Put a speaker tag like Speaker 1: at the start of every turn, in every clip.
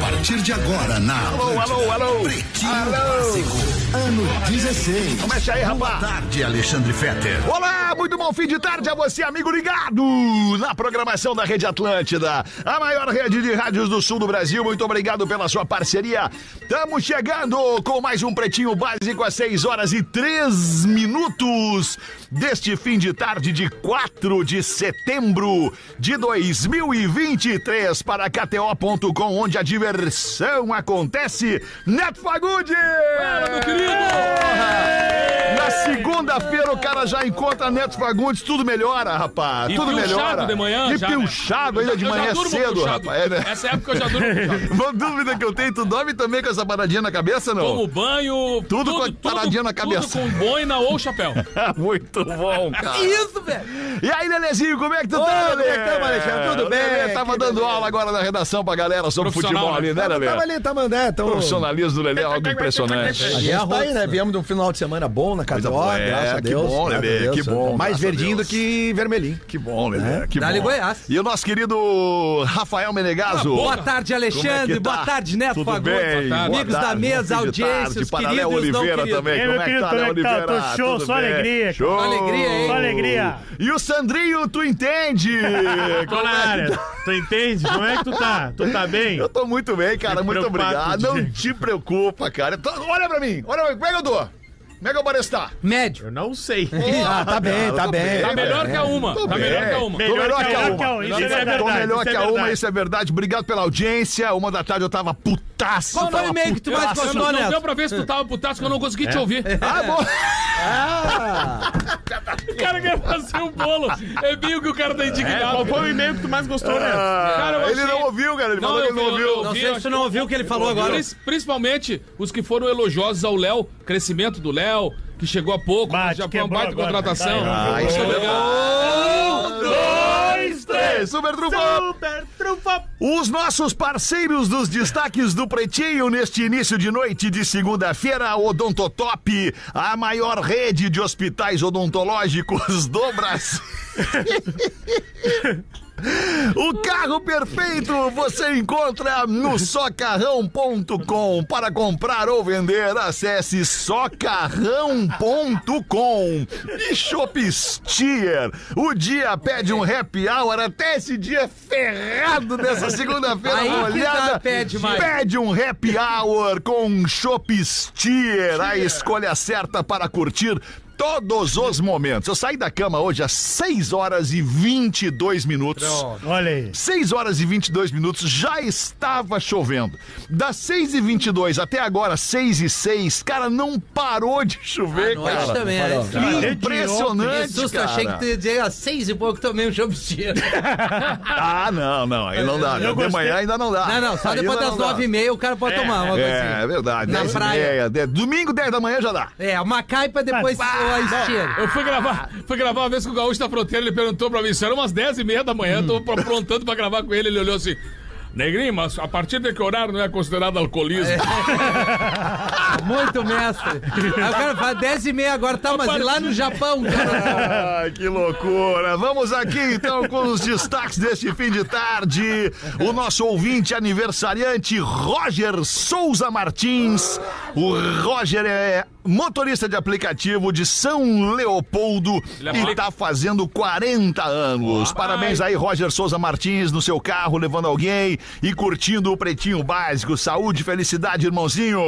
Speaker 1: partir de agora na.
Speaker 2: Alô, alô, alô.
Speaker 1: Pretinho
Speaker 2: Alô.
Speaker 1: Básico, ano 16.
Speaker 2: Começa aí,
Speaker 1: Boa
Speaker 2: rapaz.
Speaker 1: tarde, Alexandre Fetter.
Speaker 2: Olá, muito bom fim de tarde a você, amigo ligado na programação da Rede Atlântida, a maior rede de rádios do sul do Brasil. Muito obrigado pela sua parceria. Estamos chegando com mais um Pretinho Básico às 6 horas e 3 minutos deste fim de tarde de 4 de setembro de 2023 para KTO.com, onde a diversão acontece. Neto Fagundes! Fala, meu na segunda-feira o cara já encontra Neto Fagundes, tudo melhora, rapaz.
Speaker 3: E
Speaker 2: tudo
Speaker 3: pilchado
Speaker 2: melhora.
Speaker 3: de manhã,
Speaker 2: e
Speaker 3: já, né?
Speaker 2: pilchado ainda de
Speaker 3: Eu já
Speaker 2: manhã
Speaker 3: durmo
Speaker 2: cedo,
Speaker 3: puxado. É.
Speaker 2: rapaz. É, né?
Speaker 3: Essa época eu já durmo puxado.
Speaker 2: Uma dúvida que eu tenho, tu dorme também com essa paradinha na cabeça, não?
Speaker 3: Tomo banho,
Speaker 2: Tudo com a paradinha na cabeça.
Speaker 3: Tudo com boina ou chapéu.
Speaker 2: Muito bom,
Speaker 4: Ah,
Speaker 2: cara.
Speaker 5: Isso, velho.
Speaker 2: E aí, Lelezinho, como é que tu
Speaker 5: Ô,
Speaker 2: tá,
Speaker 5: como é que tamo, Alexandre? Tudo
Speaker 2: O
Speaker 5: bem?
Speaker 2: Lelê tava
Speaker 5: Que
Speaker 2: dando
Speaker 5: beleza.
Speaker 2: aula agora na redação pra galera sobre
Speaker 3: Profissional,
Speaker 2: futebol ali, né, Lelê?
Speaker 5: Tava ali, tá mandando. Então,
Speaker 2: Profissionalismo do Lelê é algo
Speaker 5: a
Speaker 2: impressionante.
Speaker 5: gente tá aí, né? Viemos de um final de semana bom na
Speaker 2: Coisa
Speaker 5: Católica,
Speaker 2: boa, é,
Speaker 5: graças a
Speaker 2: que
Speaker 5: Deus.
Speaker 2: bom,
Speaker 5: graças
Speaker 2: Lelê,
Speaker 5: a Deus,
Speaker 2: que bom,
Speaker 5: né? Mais
Speaker 2: graças a
Speaker 5: verdinho do
Speaker 2: Deus.
Speaker 5: que vermelhinho.
Speaker 2: Que bom, Lelê, que
Speaker 4: Dali
Speaker 2: bom.
Speaker 4: Goiás. Ah,
Speaker 2: E o nosso querido Rafael Menegaso.
Speaker 4: Boa tarde,
Speaker 2: Como é
Speaker 4: Alexandre.
Speaker 2: que tá?
Speaker 4: Boa tarde, Neto
Speaker 2: Tudo
Speaker 4: Fagundes.
Speaker 2: bem? Boa
Speaker 4: Amigos
Speaker 2: tarde,
Speaker 4: da mesa,
Speaker 2: bom fim de
Speaker 4: audiência,
Speaker 2: tarde
Speaker 4: os
Speaker 2: para
Speaker 4: queridos,
Speaker 2: Léo
Speaker 4: não
Speaker 2: Oliveira
Speaker 4: queridos.
Speaker 2: também.
Speaker 6: Ei,
Speaker 2: Como
Speaker 6: meu
Speaker 2: é que
Speaker 6: querido,
Speaker 2: tá,
Speaker 6: como
Speaker 2: Léo
Speaker 6: é que tá?
Speaker 2: Oliveira?
Speaker 6: Tô show,
Speaker 2: Tudo
Speaker 6: só
Speaker 2: bem?
Speaker 6: alegria.
Speaker 2: Show.
Speaker 4: Só alegria, hein?
Speaker 6: Só alegria.
Speaker 2: E o Sandrinho, tu entende?
Speaker 6: Tô
Speaker 2: Como
Speaker 6: na
Speaker 2: é que
Speaker 6: área.
Speaker 7: Então,
Speaker 2: tá?
Speaker 6: Tu entende? Como é que tu tá? Tu tá bem?
Speaker 2: Eu tô muito bem, cara.
Speaker 6: Fico
Speaker 2: Muito
Speaker 6: preocupado
Speaker 2: obrigado.
Speaker 6: contigo.
Speaker 2: Não te preocupa, cara. Eu tô- Olha pra mim. Olha pra mim. Como é que eu tô? Como é que eu pareço tá?
Speaker 4: Médio.
Speaker 6: Eu não sei.
Speaker 5: Ah, tá bem, tá bem.
Speaker 3: Tá melhor que a uma.
Speaker 2: Tô
Speaker 3: Tá
Speaker 2: bem.
Speaker 3: melhor que a
Speaker 2: Tô
Speaker 3: uma.
Speaker 2: melhor que a
Speaker 6: Melhor que
Speaker 2: uma.
Speaker 6: a uma, isso é
Speaker 2: Tô
Speaker 6: verdade,
Speaker 2: melhor
Speaker 6: isso
Speaker 2: que
Speaker 6: é
Speaker 2: a uma,
Speaker 6: verdade.
Speaker 2: isso é verdade. Obrigado pela audiência. Uma da tarde eu tava putaço.
Speaker 4: Qual foi
Speaker 2: tava
Speaker 4: o e-mail que tu mais
Speaker 2: putaço.
Speaker 4: gostou?
Speaker 3: Não, não
Speaker 4: Neto.
Speaker 3: deu pra ver se tu tava putaço que eu não consegui
Speaker 6: É.
Speaker 3: te ouvir.
Speaker 2: Ah, bom.
Speaker 3: O cara quer fazer um bolo. É bem o que o cara tá
Speaker 6: É,
Speaker 3: indignado. Ah,
Speaker 6: qual foi o e-mail que tu mais gostou, né?
Speaker 3: Cara, eu
Speaker 2: Ele
Speaker 3: achei-
Speaker 2: não ouviu, cara. Ele falou que ele não
Speaker 3: eu vi, eu
Speaker 2: ouviu.
Speaker 4: Não
Speaker 3: vi,
Speaker 4: sei
Speaker 3: eu
Speaker 4: se tu não ouviu o que ele falou agora.
Speaker 3: Pris- Principalmente os que foram elogiosos ao Léo, crescimento do Léo, que chegou há pouco,
Speaker 6: Bah,
Speaker 3: mas já
Speaker 6: te
Speaker 3: foi uma
Speaker 6: quebrou
Speaker 3: baita
Speaker 6: agora.
Speaker 3: contratação.
Speaker 6: Ah,
Speaker 2: isso é
Speaker 3: Muito
Speaker 2: Um, dois, três. Super trufão.
Speaker 6: Super trufa.
Speaker 2: Os nossos parceiros dos destaques do Pretinho neste início de noite de segunda-feira, Odontotop, a maior rede de hospitais odontológicos do Brasil. O carro perfeito você encontra no socarrão.com. Para comprar ou vender, acesse socarrão.com. E Shopsteer. O dia pede um happy hour até esse dia ferrado dessa segunda-feira
Speaker 4: Aí que
Speaker 2: molhada.
Speaker 4: tá, pede mais.
Speaker 2: Pede um happy hour com Shopsteer. A escolha certa para curtir todos os momentos. Eu saí da cama hoje às 6 horas e 22 minutos.
Speaker 6: Olha aí.
Speaker 2: 6 horas e 22 minutos, já estava chovendo. Das 6 e 22 até agora, 6 e 6, cara, não parou de
Speaker 4: A
Speaker 2: chover,
Speaker 4: noite
Speaker 2: cara.
Speaker 4: também, né? Que
Speaker 2: Impressionante,
Speaker 4: susto,
Speaker 2: cara.
Speaker 4: achei que tu ia dizer às seis e pouco tomei um chopstick.
Speaker 2: Ah, não, não, aí não dá. de
Speaker 6: Eu gostei.
Speaker 2: manhã ainda não dá.
Speaker 4: Não, não, só
Speaker 2: Ainda
Speaker 4: depois das
Speaker 2: não dá.
Speaker 4: nove e meia o cara pode tomar uma
Speaker 2: É,
Speaker 4: coisa
Speaker 2: é
Speaker 4: assim.
Speaker 2: verdade.
Speaker 4: Na
Speaker 2: 10 e
Speaker 4: praia.
Speaker 2: meia, dez- domingo, 10 da manhã já dá.
Speaker 4: É, uma caipa depois
Speaker 2: ah,
Speaker 4: o
Speaker 3: bom.
Speaker 4: estier.
Speaker 3: Eu fui gravar, fui gravar uma vez com o Gaúcho da Fronteira, ele perguntou pra mim, isso era umas 10 e meia da manhã, eu tô pro- aprontando pra gravar com ele, ele olhou assim, Negrinho, mas a partir de que horário não é considerado alcoolismo?
Speaker 4: Muito mestre. Aí o cara fala dez e meia agora, tá, mas e lá no Japão, cara?
Speaker 2: Ah, que loucura! Vamos aqui então com os destaques deste fim de tarde. O nosso ouvinte aniversariante, Roger Souza Martins. O Roger é motorista de aplicativo de São Leopoldo
Speaker 3: Ele
Speaker 2: e
Speaker 3: aplica.
Speaker 2: está fazendo 40 anos. Parabéns aí, Roger Souza Martins, no seu carro, levando alguém e curtindo o Pretinho Básico. Saúde, felicidade, irmãozinho.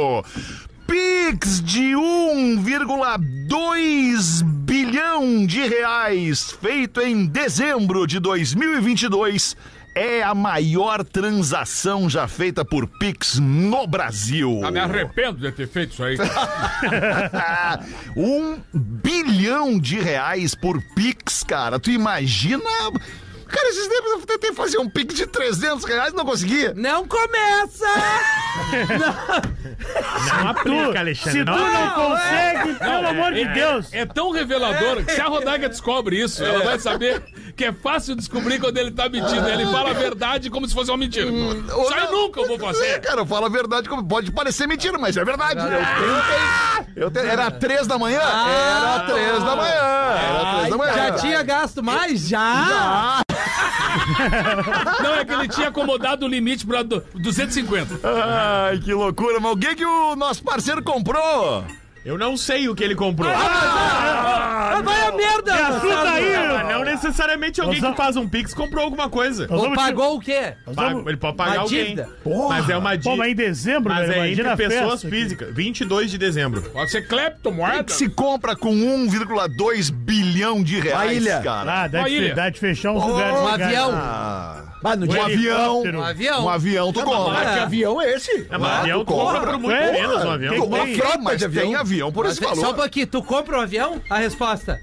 Speaker 2: Pix de 1,2 bilhão de reais, feito em dezembro de 2022, é a maior transação já feita por Pix no Brasil.
Speaker 3: Ah, me arrependo de ter feito isso aí.
Speaker 2: um bilhão de reais por Pix, cara. Tu imagina? Cara, esses tempos eu tentei fazer um Pix de 300 reais, não conseguia.
Speaker 4: Não começa!
Speaker 6: Não É. aplica, Alexandre.
Speaker 7: Se tu não consegue, pelo amor de Deus.
Speaker 3: É tão revelador que se a Rodaica descobre isso, ela vai saber que é fácil descobrir quando ele tá mentindo. Ele fala a verdade como se fosse uma mentira. Isso aí nunca eu vou
Speaker 2: É,
Speaker 3: fazer.
Speaker 2: cara, eu falo a verdade. como- Pode parecer mentira, mas é verdade. Eu tentei.
Speaker 3: Ah.
Speaker 2: Era três da manhã? Era três da manhã. Era três da manhã.
Speaker 4: Já tinha gasto mais? Já!
Speaker 3: Não, é que ele tinha acomodado o limite pra du- 250.
Speaker 2: Ai, que loucura. Mas o que, que o nosso parceiro comprou?
Speaker 6: Eu não sei o que ele comprou.
Speaker 4: Ah, vai a merda!
Speaker 7: Assusta tá aí!
Speaker 6: Ah, não necessariamente alguém
Speaker 7: Nós
Speaker 6: que faz um Pix comprou alguma coisa.
Speaker 7: Nós
Speaker 4: Ou
Speaker 7: vamos te-
Speaker 4: pagou o quê?
Speaker 7: nós
Speaker 6: Paga-
Speaker 7: vamos-
Speaker 6: ele pode pagar
Speaker 4: Uma
Speaker 6: alguém.
Speaker 4: dívida.
Speaker 6: Mas é uma
Speaker 7: Pô,
Speaker 6: dívida.
Speaker 7: mas em dezembro,
Speaker 6: mas
Speaker 7: velho,
Speaker 6: é
Speaker 7: imagina
Speaker 6: entre
Speaker 7: a festa
Speaker 6: pessoas
Speaker 7: aqui.
Speaker 6: físicas. 22 de dezembro.
Speaker 3: Pode ser cleptomoeda.
Speaker 2: Que se compra com 1,2 bilhão de reais,
Speaker 5: A ilha.
Speaker 2: cara.
Speaker 7: Ah, dá
Speaker 3: Uma
Speaker 7: de,
Speaker 3: ilha.
Speaker 7: fe- dá de fechar uns lugares.
Speaker 4: Um
Speaker 7: lugares.
Speaker 4: avião.
Speaker 5: Mas Ah, no
Speaker 2: Um
Speaker 5: dia.
Speaker 2: avião.
Speaker 7: helicóptero.
Speaker 2: Um
Speaker 4: Um
Speaker 7: avião.
Speaker 4: avião.
Speaker 2: Um avião tu compra.
Speaker 4: mas que
Speaker 2: avião é esse?
Speaker 6: É, mas avião tu compra por muito
Speaker 7: Ué,
Speaker 6: menos um avião.
Speaker 2: Tem uma
Speaker 7: tem-
Speaker 2: frota
Speaker 5: mas
Speaker 2: de avião. Tem avião por esse valor.
Speaker 4: Só um pouquinho, tu compra o avião? A resposta.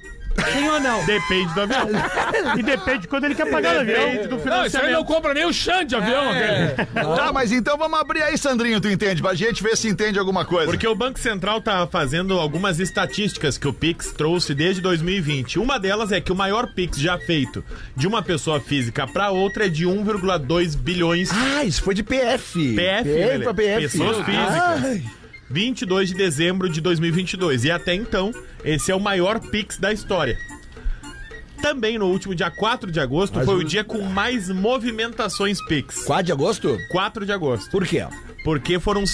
Speaker 4: Sim ou não?
Speaker 6: Depende do avião.
Speaker 7: E depende de quando ele quer pagar o
Speaker 6: Depende
Speaker 7: avião.
Speaker 3: Não, isso aí
Speaker 7: é
Speaker 6: do
Speaker 3: não
Speaker 6: financiamento.
Speaker 3: compra nem o chão de avião.
Speaker 4: É.
Speaker 3: velho.
Speaker 2: Tá, mas então vamos abrir aí, Sandrinho, tu entende? Pra gente ver se entende alguma coisa.
Speaker 6: Porque o Banco Central tá fazendo algumas estatísticas que o Pix trouxe desde 2020. Uma delas é que o maior Pix já feito de uma pessoa física para outra é de 1,2 bilhões
Speaker 5: Ah, isso foi de PF.
Speaker 6: PF,
Speaker 5: PF
Speaker 6: velho.
Speaker 5: pra PF.
Speaker 2: Ah.
Speaker 6: pessoas físicas. 22 de dezembro de 2022. E até então, esse é o maior Pix da história. Também no último dia 4 de agosto foi o dia com mais movimentações Pix.
Speaker 5: 4 de agosto?
Speaker 6: 4 de agosto.
Speaker 5: Por quê?
Speaker 6: Porque foram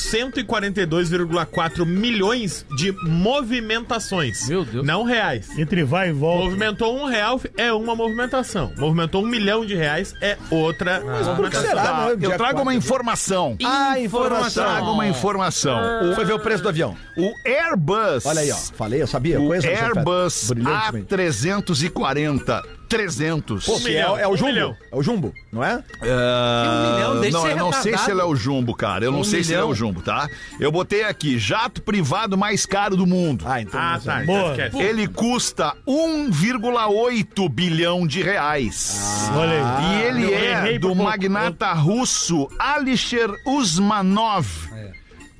Speaker 6: 142,4 milhões de movimentações.
Speaker 4: Meu Deus.
Speaker 6: Não reais.
Speaker 7: Entre vai e volta.
Speaker 6: Movimentou um real é uma movimentação. Movimentou um milhão de reais é outra. Ah, movimentação.
Speaker 2: Tá,
Speaker 5: né?
Speaker 2: eu
Speaker 5: Dia
Speaker 2: trago uma
Speaker 5: quatro.
Speaker 2: informação.
Speaker 5: Ah,
Speaker 2: Eu trago
Speaker 5: informação.
Speaker 2: uma informação.
Speaker 5: Foi ver o preço do avião.
Speaker 2: O Airbus.
Speaker 5: Olha aí, ó. Falei, eu sabia.
Speaker 2: O
Speaker 5: Conheço Alexandre Fetter.
Speaker 2: Airbus
Speaker 5: Brilhantemente.
Speaker 2: A340. 300.
Speaker 5: Pô, que
Speaker 6: milhão,
Speaker 5: é, é o
Speaker 6: um
Speaker 5: Jumbo.
Speaker 6: milhão.
Speaker 5: É o Jumbo, não é?
Speaker 2: Ah,
Speaker 4: milhão, deixa
Speaker 2: não,
Speaker 4: ser
Speaker 2: eu não sei
Speaker 4: retardado.
Speaker 2: se ele é o Jumbo, cara. Eu não
Speaker 4: Um
Speaker 2: sei se ele é o
Speaker 4: milhão.
Speaker 2: Jumbo, tá? Eu botei aqui, jato privado mais caro do mundo.
Speaker 5: Ah, então.
Speaker 6: Ah, tá.
Speaker 7: Boa.
Speaker 6: Então esquece.
Speaker 2: Ele custa 1,8 bilhão de reais.
Speaker 7: Olha aí.
Speaker 2: e ele
Speaker 6: Ah, eu
Speaker 2: é
Speaker 6: errei
Speaker 2: do
Speaker 6: por pouco.
Speaker 2: magnata russo Alisher Usmanov.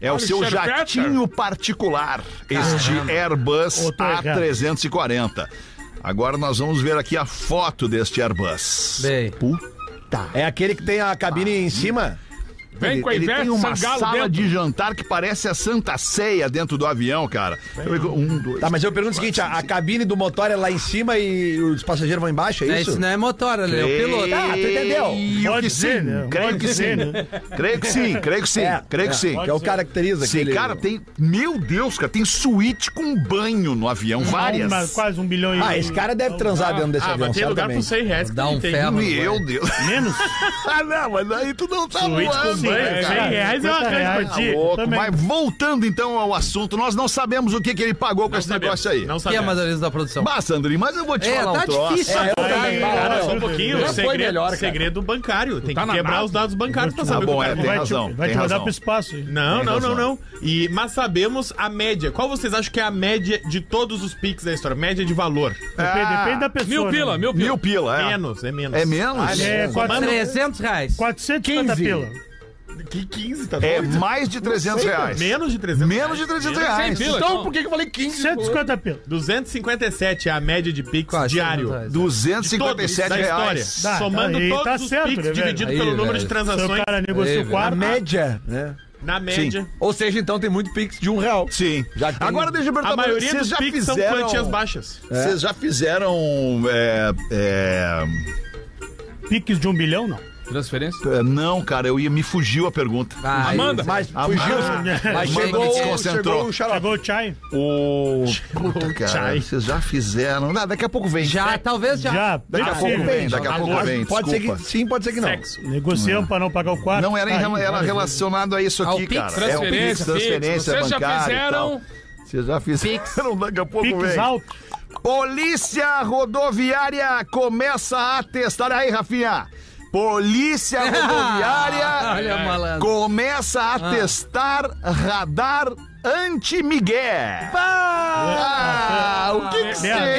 Speaker 2: É, o seu
Speaker 3: Alisher Petter.
Speaker 2: jatinho particular, este Airbus
Speaker 7: Outro errado.
Speaker 2: A340. Agora nós vamos ver aqui a foto deste Airbus.
Speaker 4: Bem.
Speaker 2: Puta.
Speaker 5: É aquele que tem a cabine em cima?
Speaker 3: Vem com a
Speaker 2: Ele
Speaker 3: Ivete
Speaker 2: tem uma
Speaker 3: Sangalo
Speaker 2: sala
Speaker 3: dentro.
Speaker 2: de jantar que parece a Santa Ceia dentro do avião, cara. Eu digo, Um, dois.
Speaker 5: Tá, mas eu pergunto o seguinte: a, a cabine do motor é lá em cima e os passageiros vão embaixo, é
Speaker 4: É,
Speaker 5: isso?
Speaker 4: isso não é motor, ele é o piloto.
Speaker 5: Ah, tu entendeu?
Speaker 2: Creio que
Speaker 7: Pode
Speaker 2: sim.
Speaker 7: ser, né?
Speaker 2: Creio
Speaker 7: Pode
Speaker 2: que sim.
Speaker 7: ser,
Speaker 2: Creio que sim, creio que sim,
Speaker 5: É,
Speaker 2: creio que sim.
Speaker 5: Que é o que caracteriza
Speaker 2: Sim,
Speaker 5: aquele...
Speaker 2: cara, tem. Meu Deus, cara, tem suíte com banho no avião,
Speaker 7: Uma-
Speaker 2: várias.
Speaker 7: quase um bilhão e...
Speaker 5: Ah, esse cara deve transar dentro desse
Speaker 6: Ah,
Speaker 5: avião,
Speaker 6: mas tem lugar por
Speaker 5: certamente.
Speaker 6: 100 reais. que
Speaker 4: Dá um
Speaker 6: tem.
Speaker 4: ferro.
Speaker 2: Meu Deus.
Speaker 7: Menos?
Speaker 2: Ah, não, mas aí tu não tá
Speaker 6: Suíte com
Speaker 2: voando,
Speaker 6: banho,
Speaker 2: né,
Speaker 6: é,
Speaker 2: cara?
Speaker 6: cem reais é uma grande
Speaker 7: Reais.
Speaker 2: Tá
Speaker 6: quantia.
Speaker 2: louco,
Speaker 7: Também.
Speaker 2: mas voltando então ao assunto, nós não sabemos o que, que ele pagou com
Speaker 6: Não
Speaker 2: esse
Speaker 6: sabemos,
Speaker 2: negócio aí.
Speaker 6: Não
Speaker 4: Que é
Speaker 6: sabemos.
Speaker 4: mais ou menos da produção.
Speaker 2: Bah, Sandrinho, mas eu vou te
Speaker 4: É,
Speaker 2: falar
Speaker 4: tá
Speaker 2: um troço.
Speaker 4: difícil.
Speaker 5: É, eu
Speaker 4: cara.
Speaker 5: também,
Speaker 6: Cara,
Speaker 5: cara.
Speaker 6: só um pouquinho.
Speaker 4: Já
Speaker 6: o
Speaker 4: foi
Speaker 6: segredo,
Speaker 4: melhor, cara.
Speaker 6: segredo bancário. Tem
Speaker 3: Tá
Speaker 6: que
Speaker 3: na
Speaker 6: quebrar
Speaker 3: nave.
Speaker 6: os dados bancários pra
Speaker 2: Tá
Speaker 6: saber o que
Speaker 2: bom,
Speaker 6: o
Speaker 2: é,
Speaker 6: cara
Speaker 2: tem
Speaker 7: vai
Speaker 2: razão.
Speaker 7: te, vai
Speaker 2: tem
Speaker 7: te mandar
Speaker 2: razão. Ah,
Speaker 7: pro espaço. hein?
Speaker 6: Não,
Speaker 2: Tem
Speaker 6: não,
Speaker 2: razão.
Speaker 6: não, não. E, mas sabemos a média. Qual vocês acham que é a média de todos os pics da história? Média de valor.
Speaker 7: Depende,
Speaker 2: Ah,
Speaker 7: depende da pessoa.
Speaker 3: Mil pila,
Speaker 7: né?
Speaker 3: mil pila.
Speaker 2: Mil pila, é.
Speaker 6: Menos, é menos.
Speaker 2: É menos?
Speaker 7: É,
Speaker 6: Somando-
Speaker 4: 300 reais.
Speaker 7: 450 pila.
Speaker 6: Que 15, tá
Speaker 2: É
Speaker 6: doido?
Speaker 2: mais de 300 reais.
Speaker 6: Menos de 300
Speaker 2: Menos de 300 reais.
Speaker 3: Cem pila, então.
Speaker 5: que, que eu falei 15?
Speaker 7: 150 pila.
Speaker 6: 257 é a média de pics
Speaker 4: Quase
Speaker 6: diário.
Speaker 4: 300 reais.
Speaker 6: De todos,
Speaker 2: 257
Speaker 6: da história.
Speaker 2: reais.
Speaker 7: Dá,
Speaker 6: Somando
Speaker 7: tá aí,
Speaker 6: todos
Speaker 7: tá
Speaker 6: os
Speaker 7: certo,
Speaker 6: pics
Speaker 7: né, velho?
Speaker 6: dividido
Speaker 4: Aí,
Speaker 6: pelo número
Speaker 4: velho.
Speaker 6: de
Speaker 7: Se
Speaker 6: transações
Speaker 7: o cara negocia
Speaker 4: Ei,
Speaker 7: o
Speaker 4: velho.
Speaker 5: A
Speaker 7: quarto.
Speaker 5: média, né?
Speaker 6: na média.
Speaker 5: É Ou seja, então tem muito pix de um real.
Speaker 2: Sim.
Speaker 5: Já tem-
Speaker 2: Agora deixa eu perguntar
Speaker 6: A
Speaker 2: pra
Speaker 6: maioria
Speaker 2: vocês
Speaker 6: dos
Speaker 2: já
Speaker 6: pics são
Speaker 2: fizeram-
Speaker 6: quantias baixas.
Speaker 2: Vocês já fizeram é, é,
Speaker 7: Piques de um bilhão, não.
Speaker 3: Transferência?
Speaker 2: é, não, cara, eu ia me fugiu a pergunta.
Speaker 4: Ah,
Speaker 3: Amanda.
Speaker 5: Mas
Speaker 2: Ah,
Speaker 5: fugiu.
Speaker 2: mas-
Speaker 5: Mas
Speaker 2: Mano,
Speaker 5: chegou,
Speaker 2: desconcentrou.
Speaker 5: chegou o xarope.
Speaker 7: Chegou o Chai.
Speaker 2: O Puta, cara,
Speaker 6: Chai.
Speaker 2: vocês já fizeram? Ah, daqui a pouco vem.
Speaker 4: Já, talvez já.
Speaker 7: Já.
Speaker 2: Daqui a pouco
Speaker 7: bem possível. Tá
Speaker 2: vem, daqui a pouco
Speaker 6: Agora
Speaker 2: vem.
Speaker 5: Pode ser
Speaker 2: Desculpa.
Speaker 5: que sim, pode ser que não.
Speaker 6: Sexo.
Speaker 7: Negociamos pra não pagar o quarto.
Speaker 2: Não, era, em,
Speaker 7: Tá
Speaker 2: rela-
Speaker 7: aí,
Speaker 2: era
Speaker 7: várias vezes.
Speaker 2: relacionado a isso
Speaker 4: Ao
Speaker 2: aqui,
Speaker 4: Pix,
Speaker 2: cara.
Speaker 3: transferência,
Speaker 2: é o Pix, transferência
Speaker 3: Pix. Vocês já
Speaker 2: bancária e
Speaker 3: fizeram-
Speaker 2: tal. Vocês já fizeram, daqui a pouco
Speaker 7: Piques
Speaker 2: vem.
Speaker 7: alto.
Speaker 2: Polícia Rodoviária começa a testar. Aí, Rafinha. Polícia
Speaker 4: Olha,
Speaker 2: Rodoviária
Speaker 4: malandro.
Speaker 2: começa a testar radar anti-migué. Ah, o que que
Speaker 7: Né?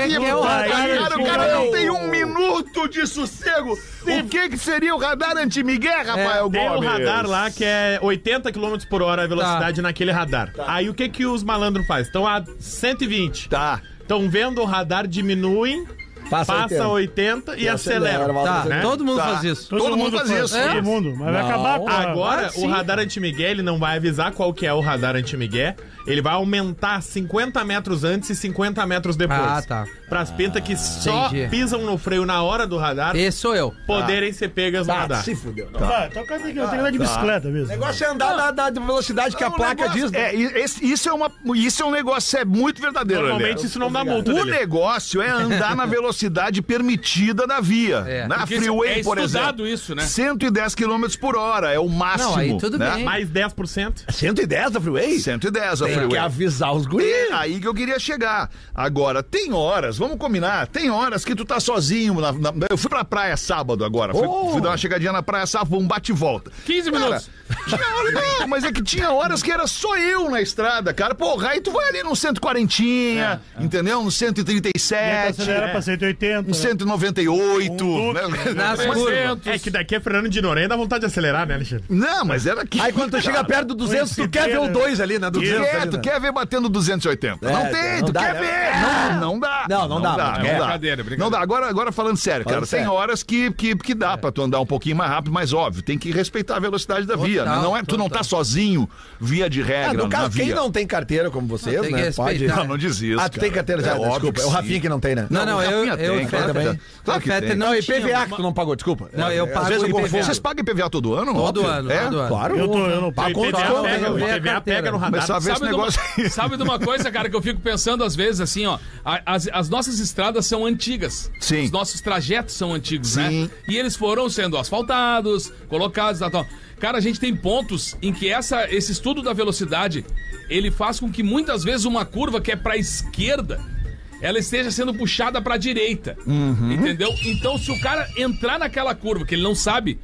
Speaker 2: seria?
Speaker 4: Que é o
Speaker 2: Cara,
Speaker 7: radar
Speaker 2: cara, o cara não
Speaker 7: anti-migué?
Speaker 2: tem um minuto de sossego. O que que seria o radar anti-migué, Rafael
Speaker 6: Tem um
Speaker 2: Gomes?
Speaker 6: radar lá que é 80 km por hora a velocidade naquele radar. Aí o que que os malandros fazem? Estão a 120.
Speaker 2: Tá.
Speaker 6: Estão vendo o radar, diminuem
Speaker 5: Passa,
Speaker 6: passa 80 e acelera.
Speaker 5: volta
Speaker 4: Tá,
Speaker 5: pra-
Speaker 4: todo mundo
Speaker 2: Tá.
Speaker 4: faz isso.
Speaker 2: Todo mundo faz isso.
Speaker 4: É?
Speaker 7: Todo mundo. Mas vai
Speaker 4: Não.
Speaker 7: acabar com a-
Speaker 6: Agora, é
Speaker 4: Ah,
Speaker 6: o
Speaker 4: sim.
Speaker 6: radar anti-migué, ele não vai avisar qual que é o radar anti-migué. Ele vai aumentar 50 metros antes e 50 metros depois.
Speaker 4: Ah, tá.
Speaker 6: Pras pintas que só
Speaker 4: entendi.
Speaker 6: pisam no freio na hora do radar
Speaker 4: Esse sou eu.
Speaker 6: poderem ser pegas no
Speaker 5: Ah,
Speaker 6: radar.
Speaker 5: se fudeu. Não.
Speaker 7: Tá, então eu tenho que eu tenho que andar de bicicleta mesmo. Então
Speaker 5: O negócio é andar na, na velocidade que a
Speaker 2: É um
Speaker 5: placa
Speaker 2: negócio-
Speaker 5: diz. né?
Speaker 2: É, e- esse- isso, é uma, isso é um negócio é muito verdadeiro,
Speaker 6: Normalmente
Speaker 2: Lelê.
Speaker 6: isso não dá multa.
Speaker 2: O
Speaker 6: Lelê.
Speaker 2: negócio é andar na velocidade permitida da via.
Speaker 4: É.
Speaker 2: Na
Speaker 3: Porque
Speaker 2: freeway,
Speaker 3: é
Speaker 2: por
Speaker 3: estudado
Speaker 2: exemplo.
Speaker 3: isso, né?
Speaker 2: 110 km por hora é o máximo.
Speaker 4: Não, aí tudo
Speaker 2: né?
Speaker 4: bem.
Speaker 6: Mais 10%.
Speaker 5: 110 da freeway?
Speaker 2: 110 a
Speaker 5: Tem que
Speaker 2: freeway.
Speaker 5: avisar os guris.
Speaker 2: É aí que eu queria chegar. Agora, tem horas, vamos combinar, tem horas que tu tá sozinho. na- na- eu fui pra praia sábado agora. Fui,
Speaker 5: Oh.
Speaker 2: fui dar uma chegadinha na praia sábado, um bate e volta.
Speaker 3: 15
Speaker 2: Cara,
Speaker 3: minutos.
Speaker 2: tinha hora- não, mas é que tinha horas que era só eu na estrada, cara. Porra, aí tu vai ali no 140,
Speaker 5: É,
Speaker 2: entendeu? No
Speaker 7: Tenta
Speaker 2: 137,
Speaker 7: acelerar pra 180.
Speaker 2: no
Speaker 7: né?
Speaker 2: 198.
Speaker 7: Um
Speaker 2: né?
Speaker 4: Nas curvas.
Speaker 3: 300.
Speaker 6: É que daqui é Fernando de Noronha, dá vontade de acelerar, né, Alexandre?
Speaker 2: Não, mas era que.
Speaker 5: Aí quando tu chega perto do 200, tu quer ver o 2 ali, né? Do
Speaker 2: Tu
Speaker 5: 200
Speaker 2: quer,
Speaker 5: ali,
Speaker 2: tu
Speaker 5: né?
Speaker 2: quer ver batendo 280.
Speaker 5: É,
Speaker 2: não tem,
Speaker 5: não
Speaker 2: tu
Speaker 5: dá,
Speaker 2: quer
Speaker 5: né?
Speaker 2: ver. Não, não dá.
Speaker 5: Não, não dá, não dá.
Speaker 2: Não dá.
Speaker 3: Brincadeira, brincadeira.
Speaker 2: Não dá. Agora, agora falando sério, cara, tem
Speaker 5: sério.
Speaker 2: horas que, que, que dá pra tu andar um pouquinho mais rápido, mas óbvio, tem que respeitar a velocidade da via. né?
Speaker 4: Total,
Speaker 2: Não é, tu não tá
Speaker 4: total.
Speaker 2: sozinho via de regra
Speaker 5: Ah, no
Speaker 2: na
Speaker 5: caso,
Speaker 2: via.
Speaker 5: quem não tem carteira como vocês,
Speaker 4: Não, tem
Speaker 5: né?
Speaker 4: que
Speaker 5: Pode.
Speaker 4: respeitar.
Speaker 2: Não, não diz isso,
Speaker 5: Ah, tu tem
Speaker 2: cara.
Speaker 5: carteira
Speaker 2: É
Speaker 5: já, né?
Speaker 2: óbvio
Speaker 5: desculpa.
Speaker 2: que
Speaker 5: É o
Speaker 2: sim.
Speaker 5: Rafinha que não tem, né?
Speaker 4: Não, não,
Speaker 2: o
Speaker 4: eu,
Speaker 2: Rafinha
Speaker 4: eu,
Speaker 2: tem,
Speaker 4: o
Speaker 2: claro
Speaker 4: Fetter-
Speaker 2: que tem. Claro
Speaker 4: o
Speaker 2: que
Speaker 4: Fetter
Speaker 2: tem.
Speaker 4: não
Speaker 5: Não,
Speaker 4: tinha
Speaker 5: IPVA que
Speaker 4: uma-
Speaker 5: tu não pagou, desculpa.
Speaker 4: Não, eu
Speaker 5: Às
Speaker 4: pago
Speaker 5: vezes eu
Speaker 4: IPVA.
Speaker 5: confundo.
Speaker 2: Vocês pagam IPVA todo ano?
Speaker 4: Todo
Speaker 2: óbvio?
Speaker 4: ano,
Speaker 2: É?
Speaker 4: todo ano.
Speaker 5: Claro.
Speaker 7: Eu tô, eu
Speaker 5: Pago
Speaker 7: não pago.
Speaker 5: com
Speaker 6: IPVA
Speaker 5: desconto,
Speaker 6: pega,
Speaker 5: né?
Speaker 6: o
Speaker 4: Vê a
Speaker 6: IPVA
Speaker 4: carteira.
Speaker 6: pega no radar.
Speaker 2: Mas só Hum, vê esse
Speaker 3: Sabe de, uma,
Speaker 2: negócio aí.
Speaker 3: sabe de uma coisa, cara, que eu fico pensando às vezes assim, ó. a- As, as nossas estradas são antigas.
Speaker 2: Sim.
Speaker 3: Os nossos trajetos são antigos,
Speaker 2: Sim.
Speaker 3: né? E eles foram sendo asfaltados, colocados, tal, tal. Cara, a gente tem pontos em que essa, esse estudo da velocidade, ele faz com que muitas vezes uma curva que é pra esquerda, ela esteja sendo puxada pra direita.
Speaker 2: Uhum.
Speaker 3: Entendeu? Então, se o cara entrar naquela curva que ele não sabe.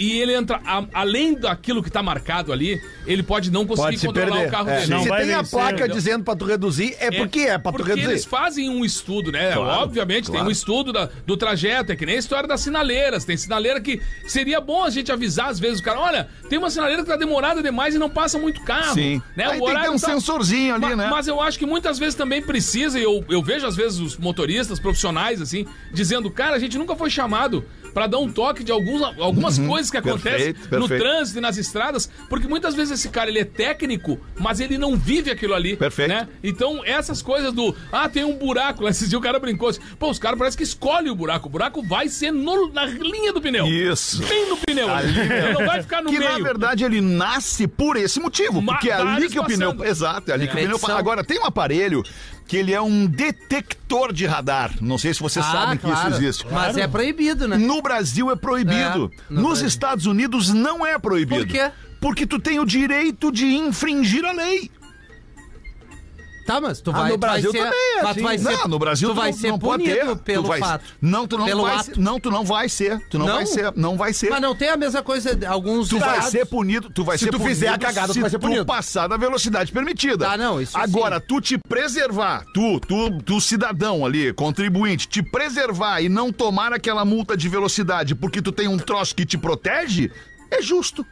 Speaker 3: E ele entra, a- além daquilo que tá marcado ali, ele pode não conseguir
Speaker 5: Pode se
Speaker 3: controlar
Speaker 5: perder.
Speaker 3: o carro
Speaker 5: É.
Speaker 3: dele.
Speaker 7: Não
Speaker 5: Se
Speaker 7: vai
Speaker 5: tem a
Speaker 7: vencer.
Speaker 5: placa dizendo pra tu reduzir, é porque é pra tu
Speaker 3: Porque eles
Speaker 5: reduzir.
Speaker 3: fazem um estudo, né? Obviamente, tem um estudo da- do trajeto, é que nem a história das sinaleiras. Tem sinaleira que seria bom a gente avisar às vezes o cara, olha, tem uma sinaleira que tá demorada demais e não passa muito carro.
Speaker 2: Sim.
Speaker 3: Né?
Speaker 2: Aí tem
Speaker 3: o
Speaker 2: que ter
Speaker 3: horário
Speaker 2: um
Speaker 3: tá-
Speaker 2: sensorzinho ali,
Speaker 3: Ma-
Speaker 2: né?
Speaker 3: Mas eu acho que muitas vezes também precisa, e eu, eu vejo às vezes os motoristas profissionais, assim, dizendo, cara, a gente nunca foi chamado pra dar um toque de alguns, algumas coisas que acontecem
Speaker 2: Uhum. perfeito,
Speaker 3: no
Speaker 2: perfeito.
Speaker 3: trânsito e nas estradas, porque muitas vezes esse cara, ele é técnico, mas ele não vive aquilo ali,
Speaker 2: Perfeito.
Speaker 3: né? Então, essas coisas do, ah, tem um buraco, lá esse dia o cara brincou assim, pô, os caras parece que escolhem o buraco, o buraco vai ser no- na linha do pneu.
Speaker 2: Isso.
Speaker 3: Bem no pneu. Ali, ele não vai ficar no
Speaker 2: que
Speaker 3: meio.
Speaker 2: na verdade ele nasce por esse motivo,
Speaker 3: Ma-
Speaker 2: porque é ali
Speaker 3: vários
Speaker 2: que o pneu,
Speaker 3: passando.
Speaker 2: exato, é ali que o
Speaker 4: É.
Speaker 2: pneu.
Speaker 4: Medição.
Speaker 2: Agora tem um aparelho que ele é um detector de radar. Não sei se você sabe que
Speaker 4: Ah, claro.
Speaker 2: isso existe.
Speaker 4: Mas é proibido, né?
Speaker 2: No Brasil é proibido.
Speaker 4: É, no
Speaker 2: Nos
Speaker 4: Brasil.
Speaker 2: Estados Unidos não é proibido.
Speaker 4: Por quê?
Speaker 2: Porque tu tem o direito de infringir a lei.
Speaker 4: Tá, mas tu
Speaker 5: Ah,
Speaker 4: vai.
Speaker 5: no
Speaker 4: tu vai
Speaker 5: Brasil
Speaker 4: ser-
Speaker 5: também é
Speaker 4: mas tu vai
Speaker 5: assim.
Speaker 4: ser,
Speaker 2: não, no Brasil
Speaker 4: tu vai
Speaker 2: não,
Speaker 4: ser
Speaker 2: não pode
Speaker 4: punido
Speaker 2: ter. Tu
Speaker 4: pelo
Speaker 2: vai-
Speaker 4: fato.
Speaker 2: Não, tu não
Speaker 4: Pelo
Speaker 2: vai
Speaker 4: ato.
Speaker 2: ser. Não, tu não vai ser. Tu não,
Speaker 4: Não?
Speaker 2: vai ser. Não vai ser.
Speaker 4: Mas não tem a mesma coisa de alguns
Speaker 2: Tu vai
Speaker 4: estados.
Speaker 2: ser punido, tu vai
Speaker 5: Tá. Se
Speaker 2: ser
Speaker 5: tu
Speaker 2: punido
Speaker 5: fizer a cagada, tu
Speaker 2: se
Speaker 5: vai ser punido. Tá,
Speaker 2: tu passar da velocidade permitida.
Speaker 4: Ah, não, isso
Speaker 2: Agora,
Speaker 4: sim.
Speaker 2: tu te preservar, tu, tu, tu cidadão ali, contribuinte, te preservar e não tomar aquela multa de velocidade porque tu tem um troço que te protege, é justo.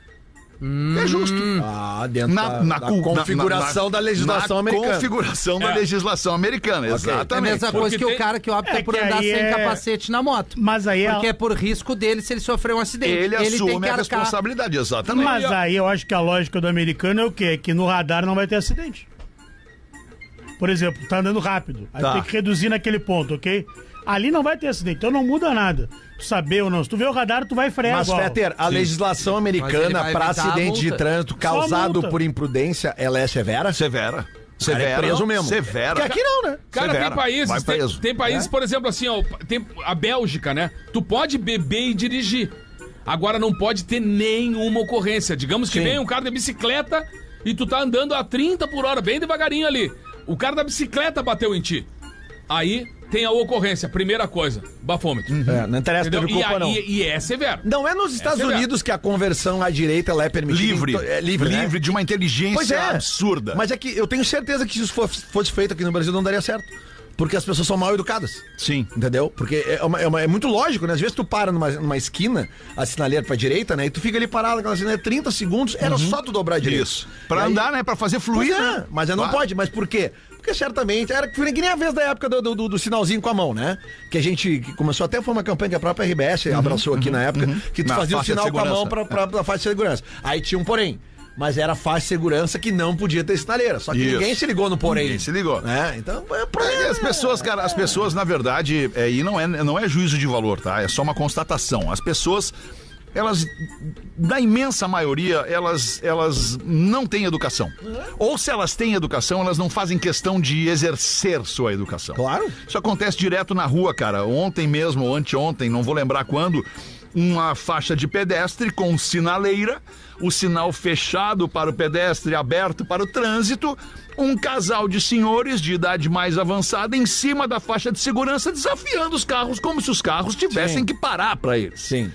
Speaker 2: É justo.
Speaker 5: Ah, dentro
Speaker 2: Na,
Speaker 5: da,
Speaker 2: na
Speaker 5: da
Speaker 2: cu- na-
Speaker 5: configuração
Speaker 2: na-
Speaker 5: da legislação
Speaker 2: na
Speaker 5: americana. É.
Speaker 2: configuração da legislação americana,
Speaker 4: É a
Speaker 2: exatamente.
Speaker 4: mesma coisa que
Speaker 3: tem-
Speaker 4: o cara que opta
Speaker 7: É
Speaker 4: por
Speaker 7: que
Speaker 4: andar
Speaker 7: aí
Speaker 4: sem
Speaker 7: é-
Speaker 4: capacete na moto.
Speaker 7: Mas aí é-
Speaker 4: Porque é por risco dele se ele sofrer um acidente.
Speaker 2: Ele,
Speaker 4: tem
Speaker 2: assume
Speaker 4: que
Speaker 2: a
Speaker 4: arcar.
Speaker 2: responsabilidade,
Speaker 3: Tá
Speaker 2: exatamente.
Speaker 7: Mas aí eu acho que a lógica do americano é o quê? É que no radar não vai ter acidente. Por exemplo, tá andando rápido. Aí
Speaker 2: Tá.
Speaker 7: tem que reduzir naquele ponto, ok? Ali não vai ter acidente, então não muda nada. Tu saber ou não. Se tu vê o radar, tu vai frear
Speaker 5: Mas,
Speaker 7: igual.
Speaker 5: Fetter, a legislação
Speaker 4: Mas ele
Speaker 5: americana
Speaker 4: vai
Speaker 5: pra
Speaker 4: evitar a
Speaker 5: acidente de
Speaker 4: multa.
Speaker 5: trânsito
Speaker 7: a
Speaker 5: causado
Speaker 7: multa.
Speaker 5: por imprudência, ela é severa?
Speaker 2: Severa.
Speaker 5: cara é
Speaker 2: Severa.
Speaker 5: preso mesmo.
Speaker 2: Severa.
Speaker 5: Porque aqui não, né?
Speaker 3: Cara,
Speaker 2: Severa,
Speaker 3: tem países,
Speaker 2: vai
Speaker 3: tem,
Speaker 2: preso. É?
Speaker 3: tem países, por exemplo, assim, ó, tem a Bélgica, né? Tu pode beber e dirigir. Agora não pode ter nenhuma ocorrência. Digamos que vem um cara de bicicleta e tu tá andando a 30 por hora, bem devagarinho ali. O cara da bicicleta bateu em ti. Aí tem a ocorrência, primeira coisa, bafômetro.
Speaker 5: É, não interessa,
Speaker 3: Entendeu?
Speaker 5: teve
Speaker 3: E,
Speaker 5: culpa
Speaker 3: aí-
Speaker 5: não.
Speaker 3: e é severo.
Speaker 5: Não é nos Estados
Speaker 3: severo.
Speaker 5: Unidos que a conversão à direita ela é permitida. em
Speaker 2: livre,
Speaker 5: to- É livre, né? é.
Speaker 2: de uma inteligência absurda.
Speaker 5: Mas é que eu tenho certeza que se isso fosse, fosse feito aqui no Brasil não daria certo. Porque as pessoas são mal educadas.
Speaker 2: Sim.
Speaker 5: Entendeu? Porque é, uma- é uma- é muito lógico, né? Às vezes tu para numa, numa esquina, a sinaleira pra direita, né? E tu fica ali parado naquela sinaleira 30 segundos, era só tu dobrar a direita.
Speaker 2: Uhum. Isso. Pra
Speaker 5: E aí-
Speaker 2: andar, né? Pra fazer
Speaker 5: Pois
Speaker 2: fluir,
Speaker 5: é,
Speaker 2: né?
Speaker 5: mas não
Speaker 2: Claro.
Speaker 5: pode. Mas por quê? Porque época, certamente, era que nem a vez da época do, do- do sinalzinho com a mão, né? Que a gente que começou até foi uma campanha que a própria RBS abraçou aqui Uhum, na época, que tu
Speaker 2: Na
Speaker 5: fazia o
Speaker 2: faixa de
Speaker 5: sinal com a mão pra,
Speaker 2: segurança.
Speaker 5: pra, pra faixa de segurança. Aí tinha um porém. Mas era faixa de segurança que não podia ter sinaleira. Só que
Speaker 2: Isso.
Speaker 5: ninguém se ligou no porém.
Speaker 2: Ninguém se ligou.
Speaker 5: Né? Então, é
Speaker 2: É,
Speaker 5: problema.
Speaker 2: e as pessoas, cara, as pessoas, na verdade, é, e não é, não é juízo de valor, tá? É só uma constatação. As pessoas, elas, na imensa maioria, elas, elas não têm educação. Ou se elas têm educação, elas não fazem questão de exercer sua educação.
Speaker 5: Claro.
Speaker 2: Isso acontece direto na rua, cara. Ontem mesmo, ou anteontem, não vou lembrar quando, uma faixa de pedestre com sinaleira, o sinal fechado para o pedestre, aberto para o trânsito, um casal de senhores de idade mais avançada em cima da faixa de segurança desafiando os carros como se os carros tivessem que parar para eles.
Speaker 5: Sim.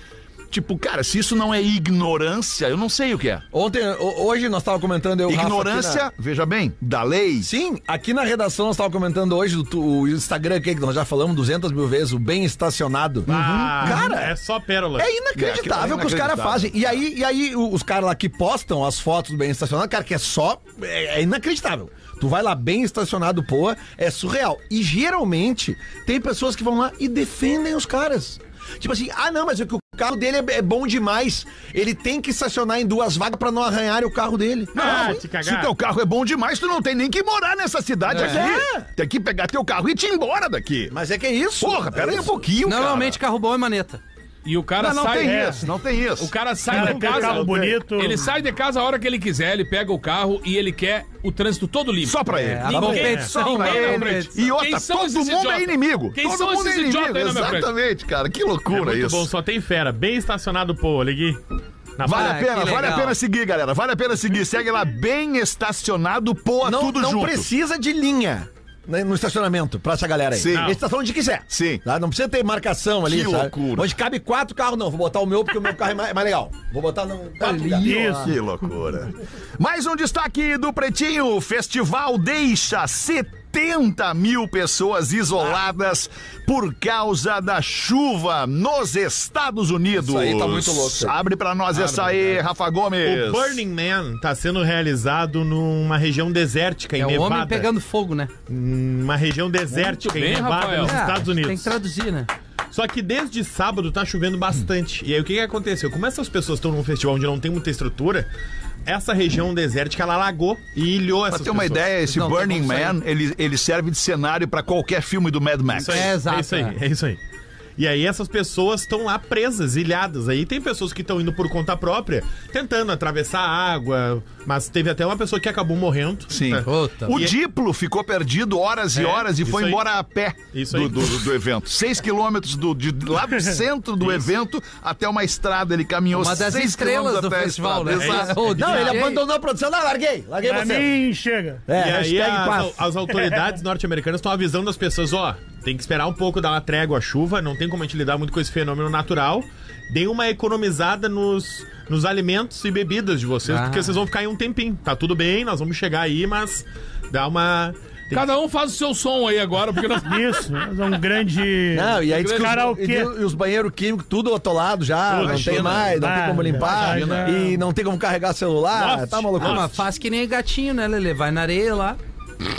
Speaker 2: Tipo, cara, se isso não é ignorância, eu não sei o que é.
Speaker 5: Ontem, ho- hoje nós estávamos comentando eu e o Rafa aqui
Speaker 2: Ignorância,
Speaker 5: na-
Speaker 2: veja bem, da lei.
Speaker 5: Sim, aqui na redação nós estávamos comentando hoje do, tu- o Instagram que nós já falamos 200 mil vezes, o bem estacionado.
Speaker 6: Ah,
Speaker 5: Uhum. Cara,
Speaker 6: é só pérola.
Speaker 5: É inacreditável o que os caras fazem. E aí, e aí o- os caras lá que postam as fotos do bem estacionado, cara, que é só. É, é inacreditável. Tu vai lá bem estacionado, pô, é surreal. E geralmente tem pessoas que vão lá e defendem os caras. Tipo assim, ah não, mas é que o carro dele é, é bom demais. Ele tem que estacionar em duas vagas pra não arranharem o carro dele.
Speaker 6: Ah,
Speaker 5: Não,
Speaker 6: te
Speaker 2: Se
Speaker 6: cagar.
Speaker 2: teu carro é bom demais, tu não tem nem que morar nessa cidade aqui. Tem que pegar teu carro e te ir embora daqui.
Speaker 5: mas é que é isso.
Speaker 2: Porra, pera aí um pouquinho, cara.
Speaker 4: Normalmente carro bom é maneta.
Speaker 3: E o cara
Speaker 2: Não, não
Speaker 3: sai.
Speaker 2: tem
Speaker 3: É.
Speaker 2: isso, não tem isso.
Speaker 3: O cara sai
Speaker 7: Cara,
Speaker 3: de
Speaker 7: tem
Speaker 3: casa.
Speaker 7: carro bonito.
Speaker 3: Ele sai de casa a hora que ele quiser, ele pega o carro e ele quer o trânsito todo livre.
Speaker 2: Só pra ele.
Speaker 4: a
Speaker 2: Ninguém-
Speaker 4: competição
Speaker 2: só pra
Speaker 4: vai na
Speaker 2: ele.
Speaker 4: frente.
Speaker 2: E outra,
Speaker 3: Quem são
Speaker 2: todo
Speaker 3: esses
Speaker 2: mundo é
Speaker 3: idiotas?
Speaker 2: inimigo.
Speaker 3: Quem
Speaker 2: todo
Speaker 3: são
Speaker 2: mundo
Speaker 3: esses
Speaker 2: é inimigo.
Speaker 3: idiotas aí na minha frente?
Speaker 2: Exatamente, cara. Que loucura
Speaker 6: é muito
Speaker 2: isso.
Speaker 6: bom, só tem fera. Bem estacionado, pô, olha aqui. Na
Speaker 2: Vale
Speaker 4: Ah,
Speaker 2: a
Speaker 4: que
Speaker 2: pena, vale a
Speaker 4: legal.
Speaker 2: pena seguir, galera. Vale a pena seguir. Segue lá bem estacionado, pô,
Speaker 5: não,
Speaker 2: tudo
Speaker 5: não
Speaker 2: junto.
Speaker 5: precisa de linha né, no estacionamento pra essa galera aí.
Speaker 2: Sim.
Speaker 5: Eles estacionam onde quiser.
Speaker 2: Sim.
Speaker 5: Tá? Não precisa ter marcação ali,
Speaker 2: Que
Speaker 5: sabe?
Speaker 2: loucura.
Speaker 5: Onde cabe quatro carros, não. Vou botar o meu porque o meu carro é mais, mais legal. Vou botar no
Speaker 6: Tá
Speaker 5: quatro
Speaker 4: Ali,
Speaker 5: lugares.
Speaker 7: Isso.
Speaker 2: Que loucura. Mais um destaque do Pretinho. O festival deixa 70 mil pessoas isoladas por causa da chuva nos Estados Unidos.
Speaker 5: Isso aí tá muito louco, isso aí.
Speaker 2: Abre pra nós essa aí, Rafa Gomes.
Speaker 6: O Burning Man tá sendo realizado numa região desértica, em
Speaker 4: É o
Speaker 6: Nevada.
Speaker 4: homem pegando fogo, né?
Speaker 6: Uma região desértica,
Speaker 3: bem,
Speaker 6: em Nevada,
Speaker 3: Rafael.
Speaker 6: nos
Speaker 4: É,
Speaker 6: Estados
Speaker 4: Tem que
Speaker 6: Unidos.
Speaker 4: traduzir, né?
Speaker 6: Só que desde sábado tá chovendo bastante. E aí o que, que aconteceu? Como essas pessoas estão num festival onde não tem muita estrutura, essa região desértica ela alagou e ilhou
Speaker 2: Pra
Speaker 6: essas
Speaker 2: ter uma
Speaker 6: pessoas.
Speaker 2: ideia, esse
Speaker 4: Não, tem
Speaker 2: Burning
Speaker 4: como sair.
Speaker 2: Man, ele, ele serve de cenário pra qualquer filme do Mad Max.
Speaker 6: Isso aí,
Speaker 4: É, exato,
Speaker 6: É isso aí,
Speaker 4: é.
Speaker 6: é isso aí. E aí essas pessoas estão lá presas, ilhadas. Aí tem pessoas que estão indo por conta própria, tentando atravessar a água, mas teve até uma pessoa que acabou morrendo.
Speaker 2: Sim.
Speaker 6: Tá.
Speaker 4: Puta.
Speaker 2: É. O
Speaker 6: E-
Speaker 2: Diplo ficou perdido horas e
Speaker 6: É,
Speaker 2: horas e
Speaker 6: isso
Speaker 2: foi
Speaker 6: aí.
Speaker 2: embora a pé
Speaker 6: Isso
Speaker 2: do,
Speaker 6: aí.
Speaker 2: do- do evento. Seis quilômetros do, de, lá do centro do evento até uma estrada. Ele caminhou
Speaker 4: Uma das
Speaker 2: seis
Speaker 4: estrelas
Speaker 2: quilômetros
Speaker 4: do
Speaker 2: até a
Speaker 4: festival, né?
Speaker 2: estrada. Exato.
Speaker 4: O
Speaker 5: Não, ele
Speaker 4: DJ.
Speaker 5: abandonou a produção. Não, larguei. Larguei
Speaker 7: Pra
Speaker 5: você.
Speaker 7: mim, chega.
Speaker 5: É,
Speaker 6: É, E aí
Speaker 5: hashtag paz.
Speaker 6: as, as autoridades norte-americanas estão avisando as pessoas, ó, tem que esperar um pouco, dar uma trégua à chuva, não tem como a gente lidar muito com esse fenômeno natural. Deem uma economizada nos, nos alimentos e bebidas de vocês,
Speaker 4: Ah.
Speaker 6: porque vocês vão ficar aí um tempinho. Tá tudo bem, nós vamos chegar aí, mas dá uma... tem
Speaker 3: Cada um faz o seu som aí agora, porque nós.
Speaker 7: Isso, mas é um grande. é
Speaker 5: Não, e aí diz que os-
Speaker 6: é
Speaker 7: Karaokê.
Speaker 5: e,
Speaker 3: um-
Speaker 5: diz- e os banheiros químicos tudo atolado já,
Speaker 6: Tudo,
Speaker 5: não tem
Speaker 6: China.
Speaker 5: mais, não tem
Speaker 7: Ah,
Speaker 5: como limpar, né?
Speaker 7: China.
Speaker 5: e não tem como carregar celular,
Speaker 6: Nossa,
Speaker 5: tá maluco?
Speaker 4: Ah, mas faz que nem gatinho, né, Lele? Vai na areia lá.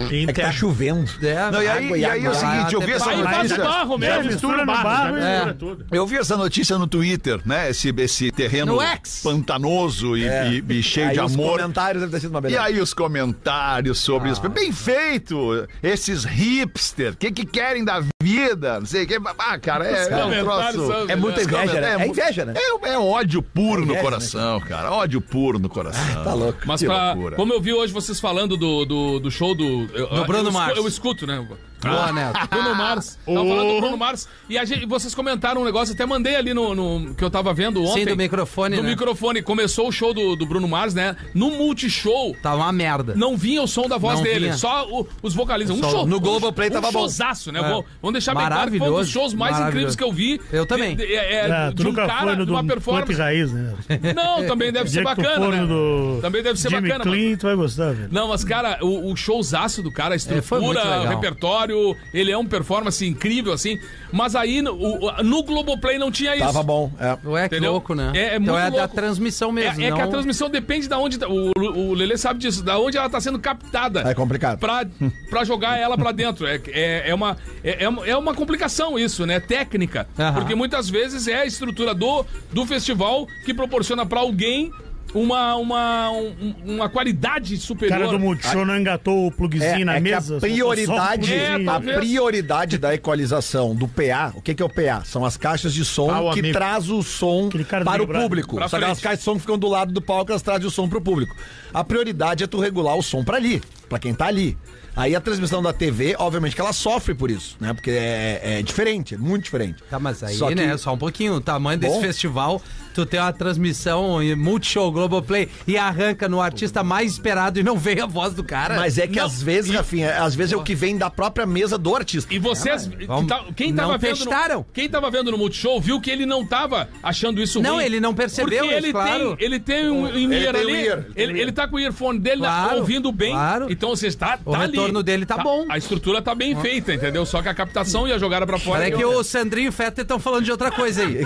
Speaker 6: que-
Speaker 5: É que tá chovendo.
Speaker 4: É,
Speaker 2: Não, e aí,
Speaker 5: Água e
Speaker 2: e aí é o
Speaker 5: água.
Speaker 2: seguinte, eu vi essa
Speaker 3: Tá Aí
Speaker 7: Mas
Speaker 3: faz o
Speaker 7: isso-
Speaker 2: notícia...
Speaker 3: barro mesmo.
Speaker 7: mistura no barro,
Speaker 6: já
Speaker 7: é.
Speaker 6: mistura tudo.
Speaker 2: Eu vi essa notícia no Twitter, né? Esse, esse terreno
Speaker 4: No X.
Speaker 2: pantanoso e,
Speaker 5: É.
Speaker 2: e- e cheio
Speaker 5: Aí
Speaker 2: de
Speaker 5: os
Speaker 2: amor.
Speaker 5: comentários devem ter sido uma
Speaker 2: E
Speaker 5: beleza.
Speaker 2: aí os comentários sobre
Speaker 5: Ah.
Speaker 2: isso. Bem feito! Esses hipster, o que, que querem da vida? Não sei o que. Ah, cara, é, é um
Speaker 3: comentários
Speaker 2: troço.
Speaker 3: são os
Speaker 2: é
Speaker 5: melhores.
Speaker 2: muita inveja, né?
Speaker 5: É inveja, né?
Speaker 2: É, é ódio puro
Speaker 5: É inveja,
Speaker 2: no coração, cara. Ódio puro no coração.
Speaker 5: Tá louco.
Speaker 3: Mas
Speaker 2: Que
Speaker 3: pra,
Speaker 2: loucura.
Speaker 3: como eu vi hoje vocês falando do, do, do show do. Eu,
Speaker 4: Do Bruno
Speaker 3: eu, escu-
Speaker 4: Mars. Ah.
Speaker 3: Eu escuto, né?
Speaker 4: Boa, Neto.
Speaker 3: Bruno Mars. Tava
Speaker 4: Oh.
Speaker 3: falando do Bruno Mars. E a gente- vocês comentaram um negócio, até mandei ali no, no- que eu tava vendo ontem.
Speaker 4: Sim, do microfone,
Speaker 3: Do
Speaker 4: né?
Speaker 3: microfone. Começou o show do, do Bruno Mars, né? No Multishow.
Speaker 4: Tá uma merda.
Speaker 3: Não vinha o som da voz
Speaker 4: Não
Speaker 3: dele,
Speaker 4: vinha.
Speaker 3: só o- os vocalistas. Um
Speaker 4: Só-
Speaker 3: show.
Speaker 4: no
Speaker 3: um-
Speaker 5: Globoplay
Speaker 3: um
Speaker 5: tava bom.
Speaker 3: showzaço, né?
Speaker 4: É.
Speaker 3: Vou- Vamos deixar bem claro que foi um dos
Speaker 4: Maravilhoso,
Speaker 3: shows mais incríveis
Speaker 4: maravilhoso.
Speaker 3: que eu vi.
Speaker 4: Eu também.
Speaker 3: De, de- é- é-
Speaker 7: Ah,
Speaker 3: de
Speaker 7: tu
Speaker 3: um
Speaker 7: nunca foi
Speaker 3: cara,
Speaker 7: no
Speaker 3: de uma
Speaker 7: do Pop
Speaker 3: performance.
Speaker 7: Raiz, né?
Speaker 3: Não, também deve ser
Speaker 7: Dia que tu
Speaker 3: bacana.
Speaker 7: for
Speaker 3: né?
Speaker 7: no do
Speaker 3: Também deve ser
Speaker 7: Jimmy
Speaker 3: bacana.
Speaker 7: Clean, tu vai gostar, velho.
Speaker 3: Não, mas, cara, o, o showzaço do cara, a
Speaker 4: É, foi muito
Speaker 3: estrutura,
Speaker 4: legal.
Speaker 3: o repertório, Gregório, ele é um performance incrível, assim. Mas aí no, o- no Globoplay não tinha isso.
Speaker 5: Tava bom. É.
Speaker 4: Ué, que
Speaker 3: Entendeu?
Speaker 4: louco, né?
Speaker 3: É- é
Speaker 4: então
Speaker 3: muito
Speaker 4: é da
Speaker 3: louco.
Speaker 4: transmissão mesmo,
Speaker 3: É, é
Speaker 4: não...
Speaker 3: que a transmissão depende da onde. tá- O, o Lelê sabe disso, da onde ela tá sendo captada.
Speaker 5: É complicado.
Speaker 3: Pra, pra jogar ela pra dentro. É, é, é uma, é, é uma- é uma complicação isso, né? Técnica.
Speaker 4: Aham.
Speaker 3: Porque muitas vezes é a estrutura do, do festival que proporciona pra alguém uma, uma, um- uma qualidade
Speaker 7: O
Speaker 3: superior.
Speaker 7: cara do Multishow não engatou o
Speaker 5: É,
Speaker 7: plugzinho na
Speaker 5: é que
Speaker 7: mesa.
Speaker 5: a
Speaker 7: soltou
Speaker 5: prioridade,
Speaker 7: só o
Speaker 3: É,
Speaker 1: tá
Speaker 7: plugzinho.
Speaker 5: a
Speaker 3: talvez.
Speaker 5: prioridade da equalização do PA, o que, que é o PA? São as caixas de som
Speaker 6: Ah, o
Speaker 5: que
Speaker 6: amigo.
Speaker 5: traz o som
Speaker 7: Aquele cara do
Speaker 5: para o
Speaker 7: Big Brother.
Speaker 5: público.
Speaker 3: Pra
Speaker 5: São aquelas
Speaker 3: frente.
Speaker 5: caixas de som que ficam do lado do palco, elas trazem o som para o público. A prioridade é tu regular o som para ali, para quem tá ali. Aí a transmissão da TV, obviamente que ela sofre por isso, né? Porque é, é diferente, é muito diferente.
Speaker 4: Tá, mas aí,
Speaker 5: Só que-
Speaker 4: né, só um pouquinho. O tamanho desse
Speaker 5: Bom.
Speaker 4: festival, tu tem uma transmissão em Multishow, Globoplay, e arranca no artista mais esperado e não veio a voz do cara.
Speaker 5: Mas é que
Speaker 3: Não,
Speaker 5: às vezes, Rafinha, às vezes é o que vem da própria mesa do artista.
Speaker 3: E vocês. que
Speaker 4: vamos-
Speaker 3: tá- quem tava
Speaker 4: não
Speaker 3: vendo.
Speaker 4: testaram.
Speaker 3: No, quem tava vendo no Multishow viu que ele não tava achando isso
Speaker 4: Não,
Speaker 3: ruim.
Speaker 4: ele não percebeu
Speaker 3: Porque
Speaker 4: isso,
Speaker 3: ele
Speaker 4: claro.
Speaker 3: tem, ele tem um, um ear
Speaker 2: tem
Speaker 3: ali.
Speaker 2: um ear, ele tem um
Speaker 3: ele, ele tá com o earphone dele na-
Speaker 4: Claro,
Speaker 3: ouvindo bem.
Speaker 4: claro.
Speaker 3: Então você está
Speaker 4: O retorno dele tá bom.
Speaker 3: A estrutura tá bem feita, entendeu? Só que a captação e a jogada pra fora.
Speaker 4: Olha que o Sandrinho e o Fetter estão falando de outra coisa aí.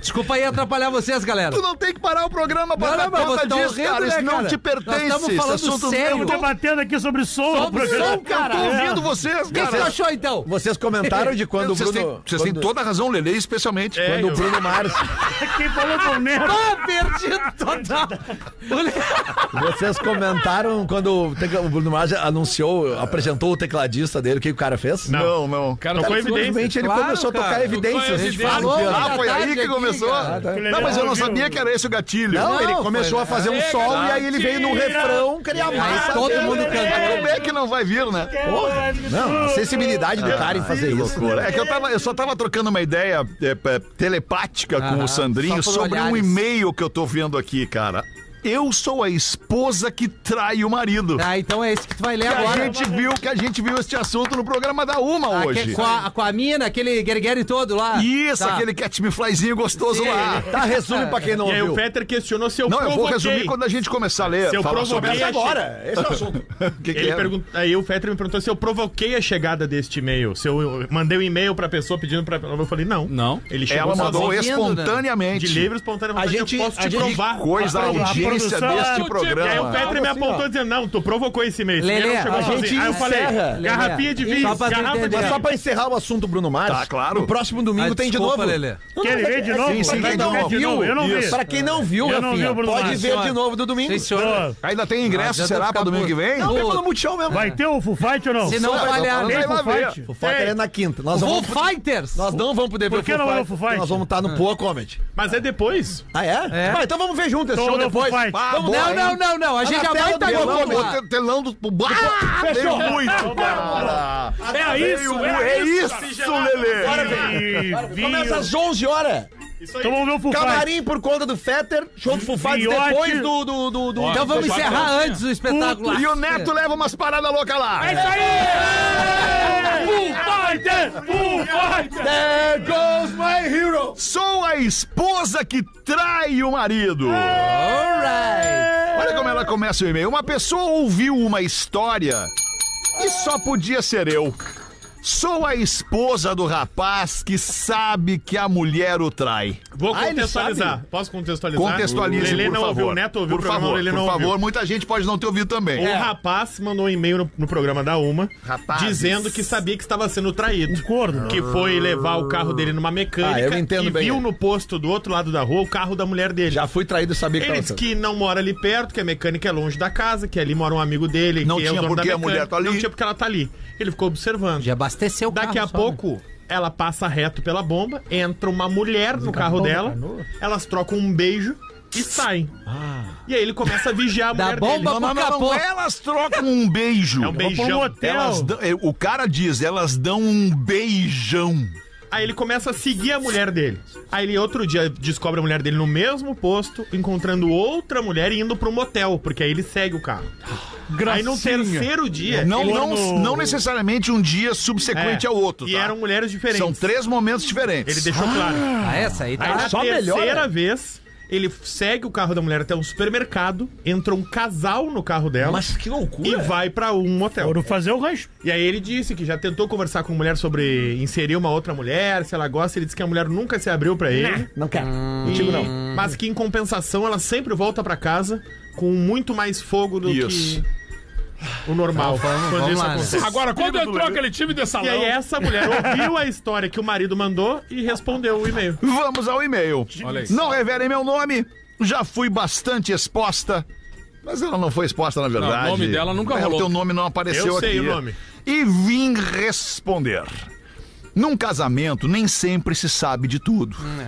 Speaker 4: Desculpa aí atrapalhar vocês, galera.
Speaker 2: Tu não tem que parar o programa pra
Speaker 4: Não,
Speaker 2: dar
Speaker 4: não, mas
Speaker 2: conta
Speaker 4: vocês tão
Speaker 2: disso,
Speaker 4: rindo,
Speaker 2: cara.
Speaker 4: né,
Speaker 2: Isso não
Speaker 4: cara?
Speaker 2: te
Speaker 4: Nós
Speaker 2: pertence.
Speaker 4: estamos
Speaker 2: Esse
Speaker 4: falando
Speaker 2: assunto
Speaker 4: sério.
Speaker 2: Eu tô,
Speaker 7: Debatendo aqui sobre som. no
Speaker 4: Sobre
Speaker 7: programa.
Speaker 4: som, cara.
Speaker 2: tô ouvindo
Speaker 5: é.
Speaker 2: vocês,
Speaker 4: O que que tu
Speaker 2: cara.
Speaker 4: achou então?
Speaker 5: Vocês comentaram de quando o
Speaker 1: Vocês
Speaker 5: Bruno...
Speaker 1: têm, vocês têm
Speaker 5: quando- É,
Speaker 1: toda a razão, Lele, especialmente.
Speaker 5: Quando o Bruno Mars...
Speaker 7: É, Quem falou com o Nero?
Speaker 4: Ah,
Speaker 2: Tá
Speaker 4: perdido total.
Speaker 5: Vocês comentaram quando o tecla- o Bruno Mars anunciou, apresentou o tecladista dele, o que o cara fez?
Speaker 2: Não, não.
Speaker 3: Cara,
Speaker 6: Tocou
Speaker 3: tá-
Speaker 6: evidência.
Speaker 5: Simplesmente ele
Speaker 4: Claro,
Speaker 5: começou a tocar
Speaker 4: cara.
Speaker 5: evidências.
Speaker 3: Tocou
Speaker 5: A gente
Speaker 3: evidências.
Speaker 5: falou.
Speaker 4: Falou,
Speaker 5: Ah,
Speaker 2: Ah, foi aí
Speaker 4: Tarde
Speaker 2: que
Speaker 4: aqui,
Speaker 2: começou?
Speaker 4: cara.
Speaker 2: Não, mas eu não sabia que era esse o gatilho.
Speaker 5: Não, ele
Speaker 4: Não,
Speaker 5: começou
Speaker 4: foi,
Speaker 5: a fazer um
Speaker 3: É,
Speaker 5: sol
Speaker 3: cara.
Speaker 5: e aí ele veio no refrão criar mais.
Speaker 2: tá
Speaker 4: Aí todo mundo
Speaker 2: Mas como
Speaker 4: cantando.
Speaker 2: Ah, é que não vai vir, né?
Speaker 5: Não, a sensibilidade do cara em fazer isso.
Speaker 2: É que eu, tava- eu só tava trocando uma ideia é, é, telepática com
Speaker 4: Aham,
Speaker 2: o Sandrinho
Speaker 4: só por
Speaker 2: sobre um
Speaker 4: olhares.
Speaker 2: e-mail que eu tô vendo aqui, cara. Eu sou a esposa que trai o marido.
Speaker 4: Ah, então é esse que tu vai ler
Speaker 2: Que a
Speaker 4: agora.
Speaker 2: gente viu que a gente viu este assunto no programa da Uma
Speaker 4: Ah, que-
Speaker 2: hoje.
Speaker 4: com, a, com a mina, aquele guergueri todo lá.
Speaker 2: Isso,
Speaker 4: Tá.
Speaker 2: aquele catch me flyzinho gostoso
Speaker 4: Sim.
Speaker 2: lá.
Speaker 5: Tá, resume pra quem não
Speaker 6: E aí o
Speaker 5: ouviu.
Speaker 6: Fetter questionou se eu
Speaker 2: Não, eu vou
Speaker 6: provoquei.
Speaker 2: resumir quando a gente começar a ler.
Speaker 6: Se eu
Speaker 2: falar sobre
Speaker 6: provoquei,
Speaker 2: isso.
Speaker 6: achei-
Speaker 5: Agora, esse é o assunto.
Speaker 2: O que que
Speaker 6: Ele
Speaker 2: é?
Speaker 6: pergun- Aí o Fetter me perguntou se eu provoquei a chegada deste e-mail. Se eu eu mandei um e-mail pra pessoa pedindo pra. Eu falei, não.
Speaker 3: Não.
Speaker 6: Ele chegou
Speaker 2: Ela
Speaker 6: sozinho,
Speaker 2: mandou um
Speaker 4: ouvindo, né?
Speaker 2: espontaneamente.
Speaker 6: de livre Tá, espontânea vontade,
Speaker 5: gente-
Speaker 6: eu posso
Speaker 5: a
Speaker 6: te
Speaker 5: gente-
Speaker 6: provar.
Speaker 2: Coisa, a
Speaker 7: A
Speaker 2: audiência
Speaker 7: produção-
Speaker 2: deste
Speaker 3: Ah,
Speaker 6: E aí o
Speaker 2: programa.
Speaker 6: Petri me apontou dizendo, não, tu provocou esse e-mail. Esse
Speaker 4: Lelê,
Speaker 6: e-mail não chegou
Speaker 4: a
Speaker 6: sozinho.
Speaker 5: gente
Speaker 6: Aí eu falei,
Speaker 5: encerra,
Speaker 4: Lelê.
Speaker 6: garrafinha de
Speaker 4: Só
Speaker 6: vinho,
Speaker 4: pra tu
Speaker 6: garrafa de
Speaker 4: entender.
Speaker 5: Mas só
Speaker 6: vinho.
Speaker 5: pra encerrar o assunto Bruno Mars,
Speaker 2: Tá, claro.
Speaker 5: no próximo domingo
Speaker 4: Ah,
Speaker 5: tem de
Speaker 4: desculpa,
Speaker 5: novo.
Speaker 4: Lelê.
Speaker 5: Não,
Speaker 7: Quer
Speaker 5: não,
Speaker 7: ver
Speaker 5: é-
Speaker 7: de
Speaker 5: é
Speaker 7: novo?
Speaker 5: sim, sim,
Speaker 2: Sim,
Speaker 5: quem
Speaker 7: Quem
Speaker 5: não
Speaker 7: não viu,
Speaker 5: viu,
Speaker 7: eu não vi.
Speaker 5: Pra quem não viu,
Speaker 7: Eu não vi
Speaker 5: Rafinha,
Speaker 7: o Bruno
Speaker 5: pode
Speaker 7: Mars,
Speaker 5: ver de
Speaker 4: senhora.
Speaker 5: novo do domingo.
Speaker 4: Sim, senhor.
Speaker 7: Ô,
Speaker 2: Ainda tem ingresso,
Speaker 4: Não adianta
Speaker 2: será,
Speaker 4: ficar
Speaker 2: pra domingo
Speaker 4: puto.
Speaker 2: que vem?
Speaker 5: Não, pega no Multishow mesmo.
Speaker 7: Vai ter o Foo Fight ou não?
Speaker 4: Se não
Speaker 5: Só-
Speaker 4: falhar,
Speaker 2: Vai
Speaker 7: Tem
Speaker 4: né?
Speaker 2: lá
Speaker 7: Foo
Speaker 2: ver.
Speaker 7: Fight?
Speaker 5: O Fighter é na quinta. Nós
Speaker 4: Vou
Speaker 5: vamos,
Speaker 4: Fighters!
Speaker 5: nós não vamos poder ver
Speaker 7: Por
Speaker 5: o
Speaker 7: que
Speaker 5: Foo
Speaker 7: não é o
Speaker 5: Fighters,
Speaker 7: Foo
Speaker 5: porque Nós
Speaker 7: Fighter?
Speaker 5: vamos estar no Poa Comedy.
Speaker 6: Mas é depois.
Speaker 5: Ah, é?
Speaker 4: É.
Speaker 5: Ah, então vamos ver junto esse
Speaker 7: Então
Speaker 5: show
Speaker 7: vamos ver o
Speaker 5: depois.
Speaker 7: Foo Fighter.
Speaker 5: Bah,
Speaker 7: Vamos.
Speaker 5: boa,
Speaker 4: Não,
Speaker 5: hein?
Speaker 4: não, não,
Speaker 5: Tá
Speaker 4: a gente
Speaker 5: na
Speaker 4: já
Speaker 5: tela
Speaker 4: vai
Speaker 5: do
Speaker 4: estar
Speaker 5: telão,
Speaker 4: tá
Speaker 5: vamos
Speaker 4: lá.
Speaker 2: O telão do. Ah,
Speaker 5: Fechou.
Speaker 2: veio muito, cara.
Speaker 7: É isso,
Speaker 2: É isso, Lelê.
Speaker 7: isso.
Speaker 5: Começa às 11 horas.
Speaker 6: Isso aí.
Speaker 7: Então vamos ver o Foo Fight.
Speaker 5: Camarim por conta do Fetter, show do Foo Fighters
Speaker 7: Viote.
Speaker 5: depois do... do, do, do-
Speaker 4: Então vamos
Speaker 3: Quatro
Speaker 4: encerrar
Speaker 3: horas.
Speaker 4: antes do espetáculo.
Speaker 2: E o Neto leva umas paradas loucas lá.
Speaker 5: There goes my hero.
Speaker 2: Sou a esposa que trai o marido.
Speaker 4: Alright!
Speaker 2: Olha como ela começa o e-mail. Uma pessoa ouviu uma história e só podia ser eu. Sou a esposa do rapaz que sabe que a mulher o trai.
Speaker 6: Vou
Speaker 5: Ah, ele
Speaker 6: contextualizar. Posso contextualizar?
Speaker 2: Contextualize,
Speaker 6: tá? Lelê
Speaker 2: por
Speaker 6: não
Speaker 2: favor.
Speaker 6: ouviu, o Neto
Speaker 2: por
Speaker 6: ouviu o programa,
Speaker 2: favor,
Speaker 6: o Lelê
Speaker 2: por
Speaker 6: não
Speaker 2: favor. É.
Speaker 6: ouviu.
Speaker 2: Muita gente pode não ter ouvido também.
Speaker 6: Um rapaz mandou um e-mail no, no programa da Uma,
Speaker 2: Rapazes.
Speaker 6: dizendo que sabia que estava sendo traído.
Speaker 7: corno.
Speaker 6: Que foi levar o carro dele numa mecânica
Speaker 5: Ah, eu entendo
Speaker 6: e
Speaker 5: bem.
Speaker 6: viu no posto do outro lado da rua o carro da mulher dele.
Speaker 5: Já fui traído saber que
Speaker 6: Ele disse
Speaker 5: tava...
Speaker 6: que não mora ali perto, que a mecânica é longe da casa, que ali mora um amigo dele,
Speaker 2: Não
Speaker 6: que
Speaker 2: tinha
Speaker 6: é o dono da
Speaker 2: porque a
Speaker 6: mecânica.
Speaker 2: mulher tá ali. Ah,
Speaker 6: Não tinha porque ela tá ali. Ele ficou observando.
Speaker 4: Já abasteceu o carro.
Speaker 6: Daqui a
Speaker 4: só, né?
Speaker 6: pouco, ela passa reto pela bomba, entra uma mulher no carro
Speaker 2: né,
Speaker 6: dela, elas trocam um beijo e saem.
Speaker 2: Ah.
Speaker 6: E aí ele começa a vigiar a
Speaker 4: Da
Speaker 6: mulher
Speaker 4: bomba
Speaker 6: dele.
Speaker 2: Não, não,
Speaker 4: pro
Speaker 2: não,
Speaker 4: capô.
Speaker 2: não, elas trocam um beijo.
Speaker 6: É um
Speaker 7: Vamos pra um
Speaker 6: beijão.
Speaker 7: hotel.
Speaker 2: Elas dão- eh, o cara diz, elas dão um beijão.
Speaker 6: Aí ele começa a seguir a mulher dele. Aí ele outro dia descobre a mulher dele no mesmo posto, encontrando outra mulher e indo pro motel, porque aí ele segue o carro. Aí no terceiro dia.
Speaker 2: Não,
Speaker 6: ele-
Speaker 2: não, não necessariamente um dia subsequente
Speaker 6: É.
Speaker 2: ao outro, tá?
Speaker 6: E eram mulheres diferentes.
Speaker 2: São três momentos
Speaker 6: Ele
Speaker 2: diferentes.
Speaker 6: deixou claro.
Speaker 4: Ah, essa aí
Speaker 6: Aí
Speaker 4: tá.
Speaker 6: na terceira vez, Ele segue o carro da mulher até um supermercado, entra um casal no carro dela
Speaker 3: Mas que loucura.
Speaker 6: e vai pra um hotel.
Speaker 7: Foram fazer o rancho.
Speaker 6: E aí ele disse que já tentou conversar com a mulher sobre inserir uma outra mulher, se ela gosta. Ele disse que a mulher nunca se abriu pra ele.
Speaker 4: Né?
Speaker 5: Não quero.
Speaker 6: Contigo não. Mas que em compensação ela sempre volta pra casa com muito mais fogo do
Speaker 2: Isso.
Speaker 6: que o normal.
Speaker 4: vamos-
Speaker 6: quando
Speaker 4: vamos
Speaker 6: isso
Speaker 4: lá, né?
Speaker 6: acontece.
Speaker 3: Agora, quando entrou aquele time de salão...
Speaker 6: E aí essa mulher ouviu a história que o marido mandou e respondeu o e-mail.
Speaker 2: Vamos ao e-mail.
Speaker 3: Olha aí.
Speaker 2: Não revelem meu nome, já fui bastante exposta. Mas ela não foi exposta, na verdade.
Speaker 3: Não, o nome dela nunca
Speaker 2: É,
Speaker 3: rolou.
Speaker 2: O teu nome não apareceu
Speaker 6: Eu
Speaker 2: aqui.
Speaker 6: sei o nome.
Speaker 2: E vim responder. Num casamento, nem sempre se sabe de tudo.
Speaker 3: Hum,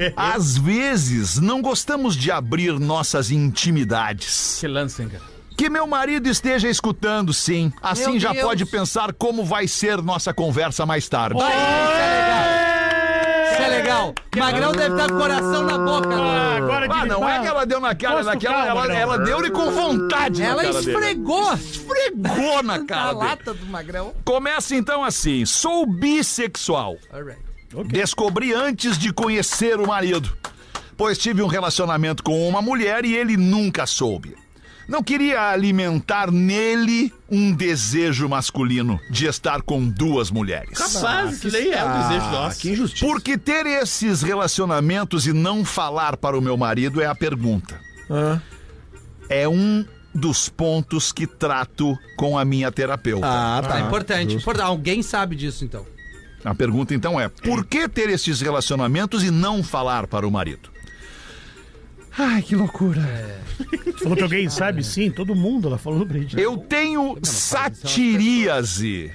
Speaker 3: é.
Speaker 2: Às vezes, não gostamos de abrir nossas intimidades.
Speaker 3: Que lance, hein, cara?
Speaker 2: Que meu marido esteja escutando, sim. Assim
Speaker 4: Meu
Speaker 2: já
Speaker 4: Deus.
Speaker 2: pode pensar como vai ser nossa conversa mais tarde.
Speaker 4: Isso é legal. Magrão deve estar com o coração na boca
Speaker 7: Ah,
Speaker 4: agora.
Speaker 7: agora
Speaker 2: Ah,
Speaker 7: de-
Speaker 2: não é que ela deu na cara,
Speaker 7: Posso
Speaker 2: naquela,
Speaker 7: calma,
Speaker 2: ela,
Speaker 7: não.
Speaker 2: ela deu-lhe com vontade. na
Speaker 4: Ela
Speaker 2: cara dele.
Speaker 4: esfregou.
Speaker 2: Esfregou na
Speaker 4: Na
Speaker 2: cara dele.
Speaker 4: lata do Magrão.
Speaker 2: Começa então assim: sou bissexual.
Speaker 4: Alright.
Speaker 2: Descobri antes de conhecer o marido, pois tive um relacionamento com uma mulher e ele nunca soube. Não queria alimentar nele um desejo masculino de estar com duas mulheres.
Speaker 6: Capaz, isso daí é o desejo nosso.
Speaker 5: Que injustiça.
Speaker 2: Porque ter esses relacionamentos e não falar para o meu marido é a pergunta. É um dos pontos que trato com a minha terapeuta.
Speaker 5: Ah,
Speaker 4: Tá importante. Importante. Alguém sabe disso, então.
Speaker 2: A pergunta então é: por que ter esses relacionamentos e não falar para o marido? Ai, que loucura.
Speaker 7: Falou que alguém sabe, sim, todo mundo. Ela falou no brinde.
Speaker 2: Eu tenho satiríase.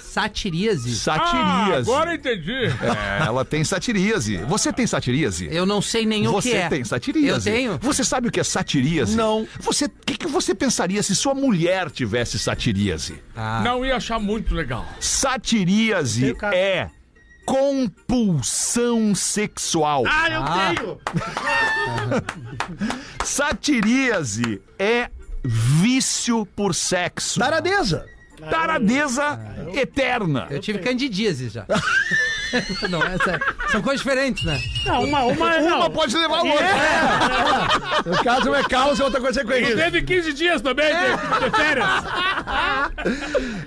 Speaker 4: Satiríase. Ah,
Speaker 2: Satiríase.
Speaker 3: agora eu entendi.
Speaker 2: É, ela tem satiríase. Você tem satiríase?
Speaker 4: Eu não sei nem o
Speaker 2: Você
Speaker 4: que é.
Speaker 2: tem satiríase?
Speaker 4: Eu tenho.
Speaker 2: Você sabe o que é satiríase?
Speaker 5: Não.
Speaker 2: Você, o que, que você pensaria se sua mulher tivesse satiríase?
Speaker 4: Tá.
Speaker 3: Não ia achar muito legal.
Speaker 2: Satiríase
Speaker 7: Tenho cara.
Speaker 2: é compulsão sexual.
Speaker 6: Ah, eu tenho!
Speaker 2: Satiríase é vício por sexo.
Speaker 5: Tá Taradeza.
Speaker 2: Taradeza eterna.
Speaker 6: É.
Speaker 4: Eu tive candidíase já. não, essa, são coisas diferentes, né?
Speaker 7: Não, uma, uma, não.
Speaker 2: Uma pode levar a
Speaker 6: É.
Speaker 2: outra.
Speaker 5: No caso, um é causa e outra consequência.
Speaker 3: Teve 15 dias também
Speaker 4: É.
Speaker 3: de, de férias.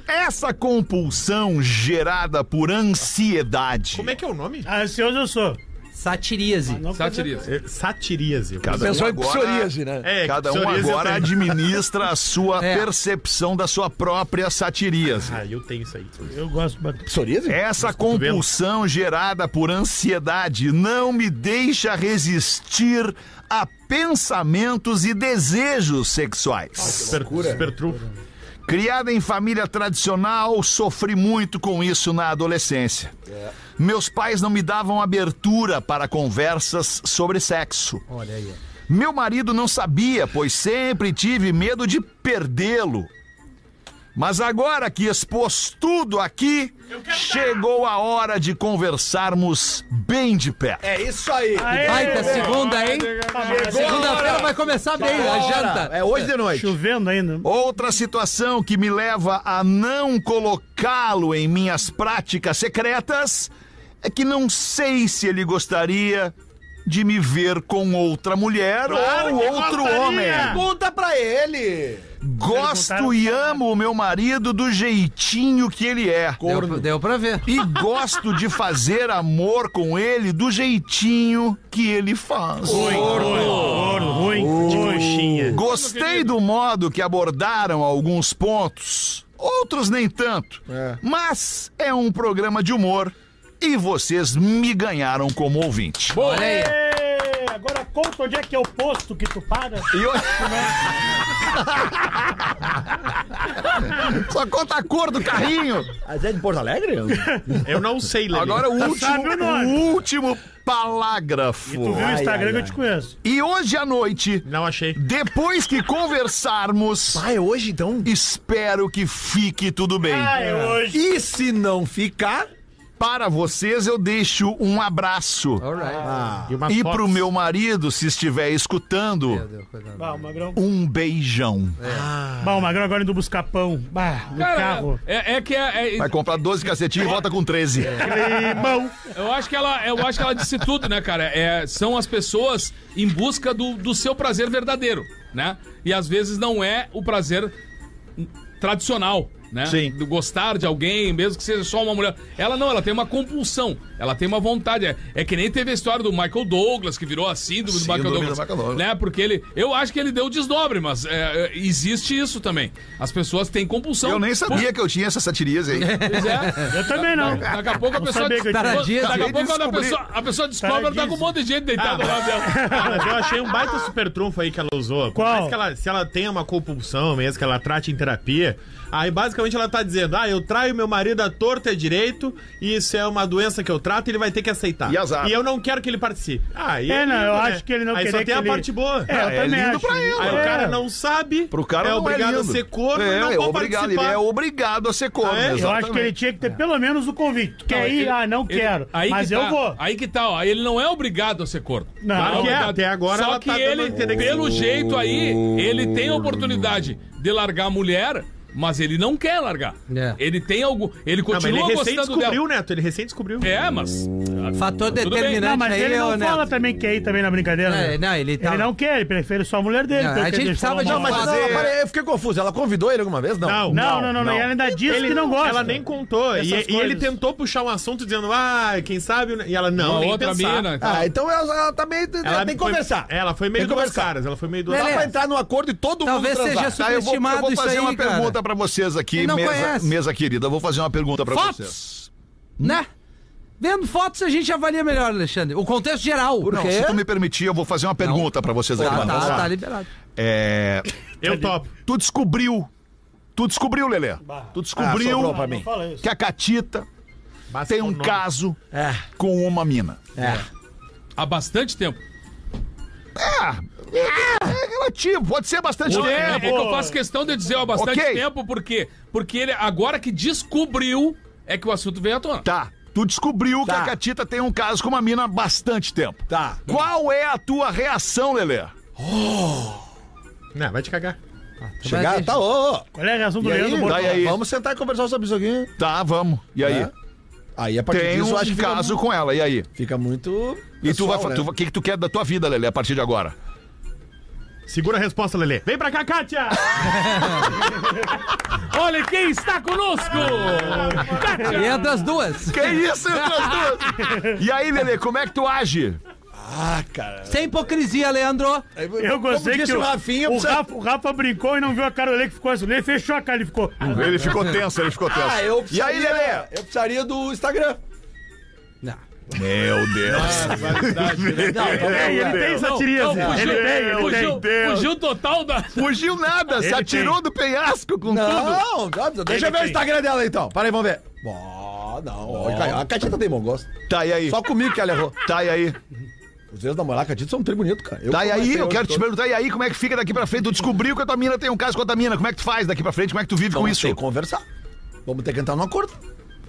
Speaker 2: Essa compulsão gerada por ansiedade.
Speaker 6: Como é que é o nome?
Speaker 7: Ah, Ansioso eu sou.
Speaker 4: Satiríase.
Speaker 7: Não
Speaker 3: Satiríase.
Speaker 6: É, Satiríase.
Speaker 2: Cada
Speaker 5: Pensou em
Speaker 2: agora-
Speaker 5: psoríase, né?
Speaker 6: É,
Speaker 2: Cada um
Speaker 6: psoríase eu
Speaker 2: agora
Speaker 6: tenho.
Speaker 2: administra a sua
Speaker 4: É.
Speaker 2: percepção da sua própria satiríase.
Speaker 6: Ah, eu tenho isso aí.
Speaker 7: Eu gosto de bater.
Speaker 5: é Psoríase?
Speaker 2: Essa compulsão gerada por ansiedade não me deixa resistir a pensamentos e desejos sexuais.
Speaker 6: Super, super true.
Speaker 2: Criada em família tradicional, sofri muito com isso na adolescência.
Speaker 4: É.
Speaker 2: Meus pais não me davam abertura para conversas sobre sexo.
Speaker 4: Olha aí.
Speaker 2: Meu marido não sabia, pois sempre tive medo de perdê-lo. Mas agora que expôs tudo aqui, chegou a hora de conversarmos bem de perto.
Speaker 5: É isso aí.
Speaker 7: Aê,
Speaker 4: Baita tá segunda, hein? Segunda-feira vai começar bem a janta.
Speaker 5: É hoje de noite.
Speaker 7: Tá Chovendo ainda.
Speaker 2: Outra situação que me leva a não colocá-lo em minhas práticas secretas é que não sei se ele gostaria de me ver com outra mulher ou outro homem.
Speaker 5: Pergunta pra ele.
Speaker 2: Gosto e amo o meu marido do jeitinho que ele é.
Speaker 4: Deu, deu pra ver.
Speaker 2: E gosto de fazer amor com ele do jeitinho que ele faz.
Speaker 7: Ouro, ruim,
Speaker 2: Oh.
Speaker 7: de coxinha.
Speaker 2: Gostei do modo que abordaram alguns pontos, outros nem tanto. Mas é um programa de humor e vocês me ganharam como ouvinte.
Speaker 4: Olha aí.
Speaker 7: Aê, Agora conta onde é que é o posto que tu para.
Speaker 2: E hoje... Só conta a cor do carrinho.
Speaker 5: Mas é de Porto Alegre?
Speaker 6: Eu não sei, Tá Lelê.
Speaker 2: Agora o último,
Speaker 7: sabe o nome.
Speaker 2: o último parágrafo.
Speaker 7: Tu viu o
Speaker 5: Ai,
Speaker 7: Instagram
Speaker 5: ai,
Speaker 7: que eu
Speaker 5: ai.
Speaker 7: te conheço.
Speaker 2: E hoje à noite,
Speaker 6: Não achei.
Speaker 2: depois que conversarmos,
Speaker 5: Ah, é hoje então?
Speaker 2: espero que fique tudo bem.
Speaker 7: Ah, é hoje.
Speaker 5: E se não ficar?
Speaker 2: Para vocês eu deixo um abraço.
Speaker 6: uma
Speaker 2: Ah. E
Speaker 6: foto.
Speaker 2: pro meu marido, se estiver escutando,
Speaker 7: Bah, o Magrão.
Speaker 2: um beijão.
Speaker 7: Bah, o Magrão agora indo buscar pão. Bah, no
Speaker 3: Cara,
Speaker 7: carro.
Speaker 3: é, é que é, é-
Speaker 2: Vai comprar 12 cacetinhos e volta com 13.
Speaker 7: Climão.
Speaker 3: eu acho que ela, eu acho que ela disse tudo, né, cara? É, são as pessoas em busca do, do seu prazer verdadeiro, né? E às vezes não é o prazer tradicional, né?
Speaker 2: Sim.
Speaker 3: Do gostar de alguém, mesmo que seja só uma mulher. Ela não, ela tem uma compulsão, ela tem uma vontade. É, é que nem teve a história do Michael Douglas, que virou a síndrome,
Speaker 2: Síndrome
Speaker 3: do
Speaker 2: do
Speaker 3: Michael Douglas.
Speaker 2: Michael Douglas.
Speaker 3: Né? Porque ele. Eu acho que ele deu desdobre, mas é, é, existe isso também. As pessoas têm compulsão.
Speaker 2: Eu nem sabia que eu tinha essa satirias aí.
Speaker 3: Pois é.
Speaker 7: Eu também não.
Speaker 3: Daqui a pouco a
Speaker 7: Não
Speaker 3: pessoa.
Speaker 7: sabia que eu tinha.
Speaker 3: Daqui a
Speaker 4: Taradias.
Speaker 3: pouco quando a pessoa, a pessoa descobre, ela tá com um monte de gente deitado lá dela.
Speaker 6: Ah, mas eu achei um baita super trunfo aí que ela usou. Por
Speaker 7: Qual?
Speaker 6: mais que ela, se ela tenha uma compulsão mesmo, que ela trate em terapia, aí basicamente ela tá dizendo, ah, eu traio meu marido à torta e direito, e isso é uma doença que eu trato, e ele vai ter que aceitar.
Speaker 2: E azar.
Speaker 6: eu não quero que ele participe. Ah, e
Speaker 7: É, não, eu
Speaker 6: lindo,
Speaker 7: acho que ele não
Speaker 6: Aí só
Speaker 7: queria
Speaker 6: tem
Speaker 7: que
Speaker 6: a
Speaker 7: ele-
Speaker 6: parte boa.
Speaker 7: É, eu
Speaker 2: É, é
Speaker 7: também
Speaker 2: lindo
Speaker 7: acho.
Speaker 2: pra ela.
Speaker 6: Aí
Speaker 7: É.
Speaker 6: o cara não sabe,
Speaker 2: Pro cara
Speaker 6: é
Speaker 2: não
Speaker 6: obrigado
Speaker 2: é
Speaker 6: a
Speaker 2: lindo.
Speaker 6: ser corno
Speaker 2: é,
Speaker 6: e não
Speaker 2: é
Speaker 6: pode
Speaker 2: obrigado,
Speaker 6: participar.
Speaker 2: Ele é obrigado a ser corno,
Speaker 6: Ah, é? Eu
Speaker 7: Eu acho que ele tinha que ter pelo menos o convicto. Quer ir? Ah, não
Speaker 3: Ele-
Speaker 7: quero.
Speaker 3: aí que
Speaker 7: Mas eu
Speaker 3: tá,
Speaker 7: vou.
Speaker 3: Aí que tá, ó. Ele não é obrigado a ser corno. Não
Speaker 7: Não. Claro que é,
Speaker 3: obrigado.
Speaker 6: até agora
Speaker 3: Só
Speaker 6: ela
Speaker 3: que
Speaker 6: tá dando a
Speaker 3: ele,
Speaker 6: entender que-
Speaker 3: pelo jeito aí, ele tem a oportunidade de largar a mulher, mas ele não quer largar.
Speaker 4: É.
Speaker 3: Ele tem algo. Ele
Speaker 6: Não, Ah, mas
Speaker 3: continua
Speaker 6: ele recém
Speaker 3: gostando dela.
Speaker 6: descobriu, Neto, ele recém descobriu.
Speaker 3: É, mas.
Speaker 4: Fator
Speaker 3: bem.
Speaker 7: Não,
Speaker 4: determinante
Speaker 7: mas
Speaker 4: aí,
Speaker 7: ele não
Speaker 4: ô, Neto.
Speaker 7: fala também que quer ir também na brincadeira.
Speaker 4: É,
Speaker 7: né?
Speaker 4: não, ele tá-
Speaker 7: Ele não quer, ele prefere só a mulher dele.
Speaker 4: Não,
Speaker 7: pelo
Speaker 4: a
Speaker 7: que
Speaker 4: gente
Speaker 7: ele falou
Speaker 4: precisava de
Speaker 7: mal.
Speaker 4: uma-
Speaker 5: Mas
Speaker 4: Mas
Speaker 5: não,
Speaker 4: é-
Speaker 5: pera aí, eu fiquei confuso. Ela convidou ele alguma vez? Não.
Speaker 7: Não,
Speaker 6: Não.
Speaker 7: não, não, não.
Speaker 5: não.
Speaker 7: E ela ainda diz que não gosta.
Speaker 6: Ela nem contou. E,
Speaker 7: Essas
Speaker 6: e ele
Speaker 7: coisas.
Speaker 6: tentou puxar um assunto dizendo, ah, quem sabe... E ela, não,
Speaker 3: Uma
Speaker 6: nem
Speaker 3: outra
Speaker 6: pensar.
Speaker 3: mina.
Speaker 5: Ah, então ela, ela tá meio. Ela, tem que
Speaker 6: foi- é.
Speaker 5: conversar.
Speaker 6: Ela foi meio
Speaker 5: Tem que
Speaker 6: duas
Speaker 5: conversar.
Speaker 6: caras. Ela foi meio duas
Speaker 5: Dá
Speaker 4: Lelê.
Speaker 5: pra entrar num acordo e todo
Speaker 4: Talvez
Speaker 5: mundo transar.
Speaker 4: seja
Speaker 2: Tá, eu vou, eu
Speaker 4: subestimado
Speaker 2: vou
Speaker 4: isso
Speaker 2: fazer
Speaker 4: aí,
Speaker 2: uma
Speaker 4: cara.
Speaker 2: pergunta pra vocês aqui,
Speaker 4: Ele não
Speaker 2: mesa,
Speaker 4: conhece.
Speaker 2: mesa querida. Eu vou fazer uma pergunta pra vocês.
Speaker 4: Fotos!
Speaker 2: Hum?
Speaker 4: Né? Vendo fotos a gente avalia melhor, Alexandre. O contexto geral.
Speaker 5: Por
Speaker 2: Não,
Speaker 5: quê?
Speaker 2: se tu me permitir, eu vou fazer uma pergunta pra vocês aqui.
Speaker 4: Tá,
Speaker 2: mano.
Speaker 4: tá,
Speaker 2: Vamos lá.
Speaker 4: tá liberado.
Speaker 2: É,
Speaker 6: Eu topo.
Speaker 2: tu descobriu, tu descobriu, Lelê, tu
Speaker 5: Ah,
Speaker 2: descobriu
Speaker 5: sobrou pra mim.
Speaker 7: Fala isso.
Speaker 2: que a Catita tem um caso
Speaker 5: É.
Speaker 2: com uma mina.
Speaker 3: Há bastante tempo.
Speaker 2: Ah, É relativo, pode ser bastante
Speaker 3: Não, é, é que
Speaker 2: tempo.
Speaker 3: eu faço questão de dizer há bastante
Speaker 2: Ok.
Speaker 3: tempo, por quê? Porque ele, agora que descobriu, é que o assunto veio à tona.
Speaker 2: Tá, tu descobriu que
Speaker 5: Tá.
Speaker 2: a Catita tem um caso com uma mina há bastante tempo.
Speaker 5: Tá.
Speaker 2: Qual é a tua reação, Lelê?
Speaker 6: Não, vai te cagar.
Speaker 5: Chegar, tá, ô, ô.
Speaker 7: Qual é a reação do
Speaker 5: E aí,
Speaker 7: Leandro Bortolan?
Speaker 2: daí aí?
Speaker 5: Vamos sentar e conversar sobre isso aqui.
Speaker 2: Tá, vamos. E aí?
Speaker 5: É. Aí a partir
Speaker 2: Tem
Speaker 5: disso, eu acho
Speaker 2: um
Speaker 5: que fica
Speaker 2: caso
Speaker 5: mu-
Speaker 2: com ela, e aí?
Speaker 5: Fica muito.
Speaker 2: E tu vai,
Speaker 5: pessoal, né?
Speaker 2: o que, que tu quer da tua vida, Lelê, a partir de agora?
Speaker 6: Segura a resposta, Lelê. Vem pra cá, Kátia!
Speaker 3: Olha quem está conosco! Ah, Kátia!
Speaker 4: E entre as duas.
Speaker 2: Que isso, entre as duas? E aí, Lelê, como é que tu age?
Speaker 5: Ah, cara.
Speaker 4: Sem hipocrisia, Leandro.
Speaker 7: Eu gostei
Speaker 5: né? Como
Speaker 7: que
Speaker 5: disse
Speaker 7: o,
Speaker 5: o Rafinha,
Speaker 7: o,
Speaker 5: precisa-
Speaker 7: Rafa, o Rafa brincou e não viu a cara do Lelê que ficou assim. Ele fechou a cara, ele ficou. "Ah,
Speaker 2: Ele ficou tenso, ele ficou tenso.
Speaker 5: Ah, eu
Speaker 2: e aí,
Speaker 5: precisaria,
Speaker 2: Lelê?
Speaker 5: Eu precisaria do Instagram.
Speaker 4: Não.
Speaker 2: Meu Deus.
Speaker 7: Ei, ele tem satirismo.
Speaker 3: não,
Speaker 7: Ele
Speaker 3: fugiu,
Speaker 7: tem, ele
Speaker 3: fugiu,
Speaker 7: tem.
Speaker 3: fugiu total da.
Speaker 2: Fugiu nada, se
Speaker 7: Ele
Speaker 2: atirou
Speaker 7: tem.
Speaker 2: do penhasco com tudo.
Speaker 5: Não, não, deixa eu ver o
Speaker 7: tem.
Speaker 5: Instagram dela então. Para aí, vamos ver. Ó, não. ó, cara, A Catita tem bom gosto.
Speaker 2: Tá, e aí?
Speaker 5: Só comigo que ela errou.
Speaker 2: Tá, e aí?
Speaker 5: Os ex-namorados da Catita são muito bonitos, cara. Eu
Speaker 2: Tá, e aí?
Speaker 5: comecei
Speaker 2: Eu
Speaker 5: hoje
Speaker 2: quero te
Speaker 5: todo-
Speaker 2: perguntar, e aí, como é que fica daqui pra frente? Tu descobriu que a tua mina tem um caso com a tua mina. Como é que tu faz daqui pra frente? Como é que tu vive com
Speaker 5: Vamos
Speaker 2: isso?
Speaker 5: ter que conversar. Vamos ter que entrar num acordo.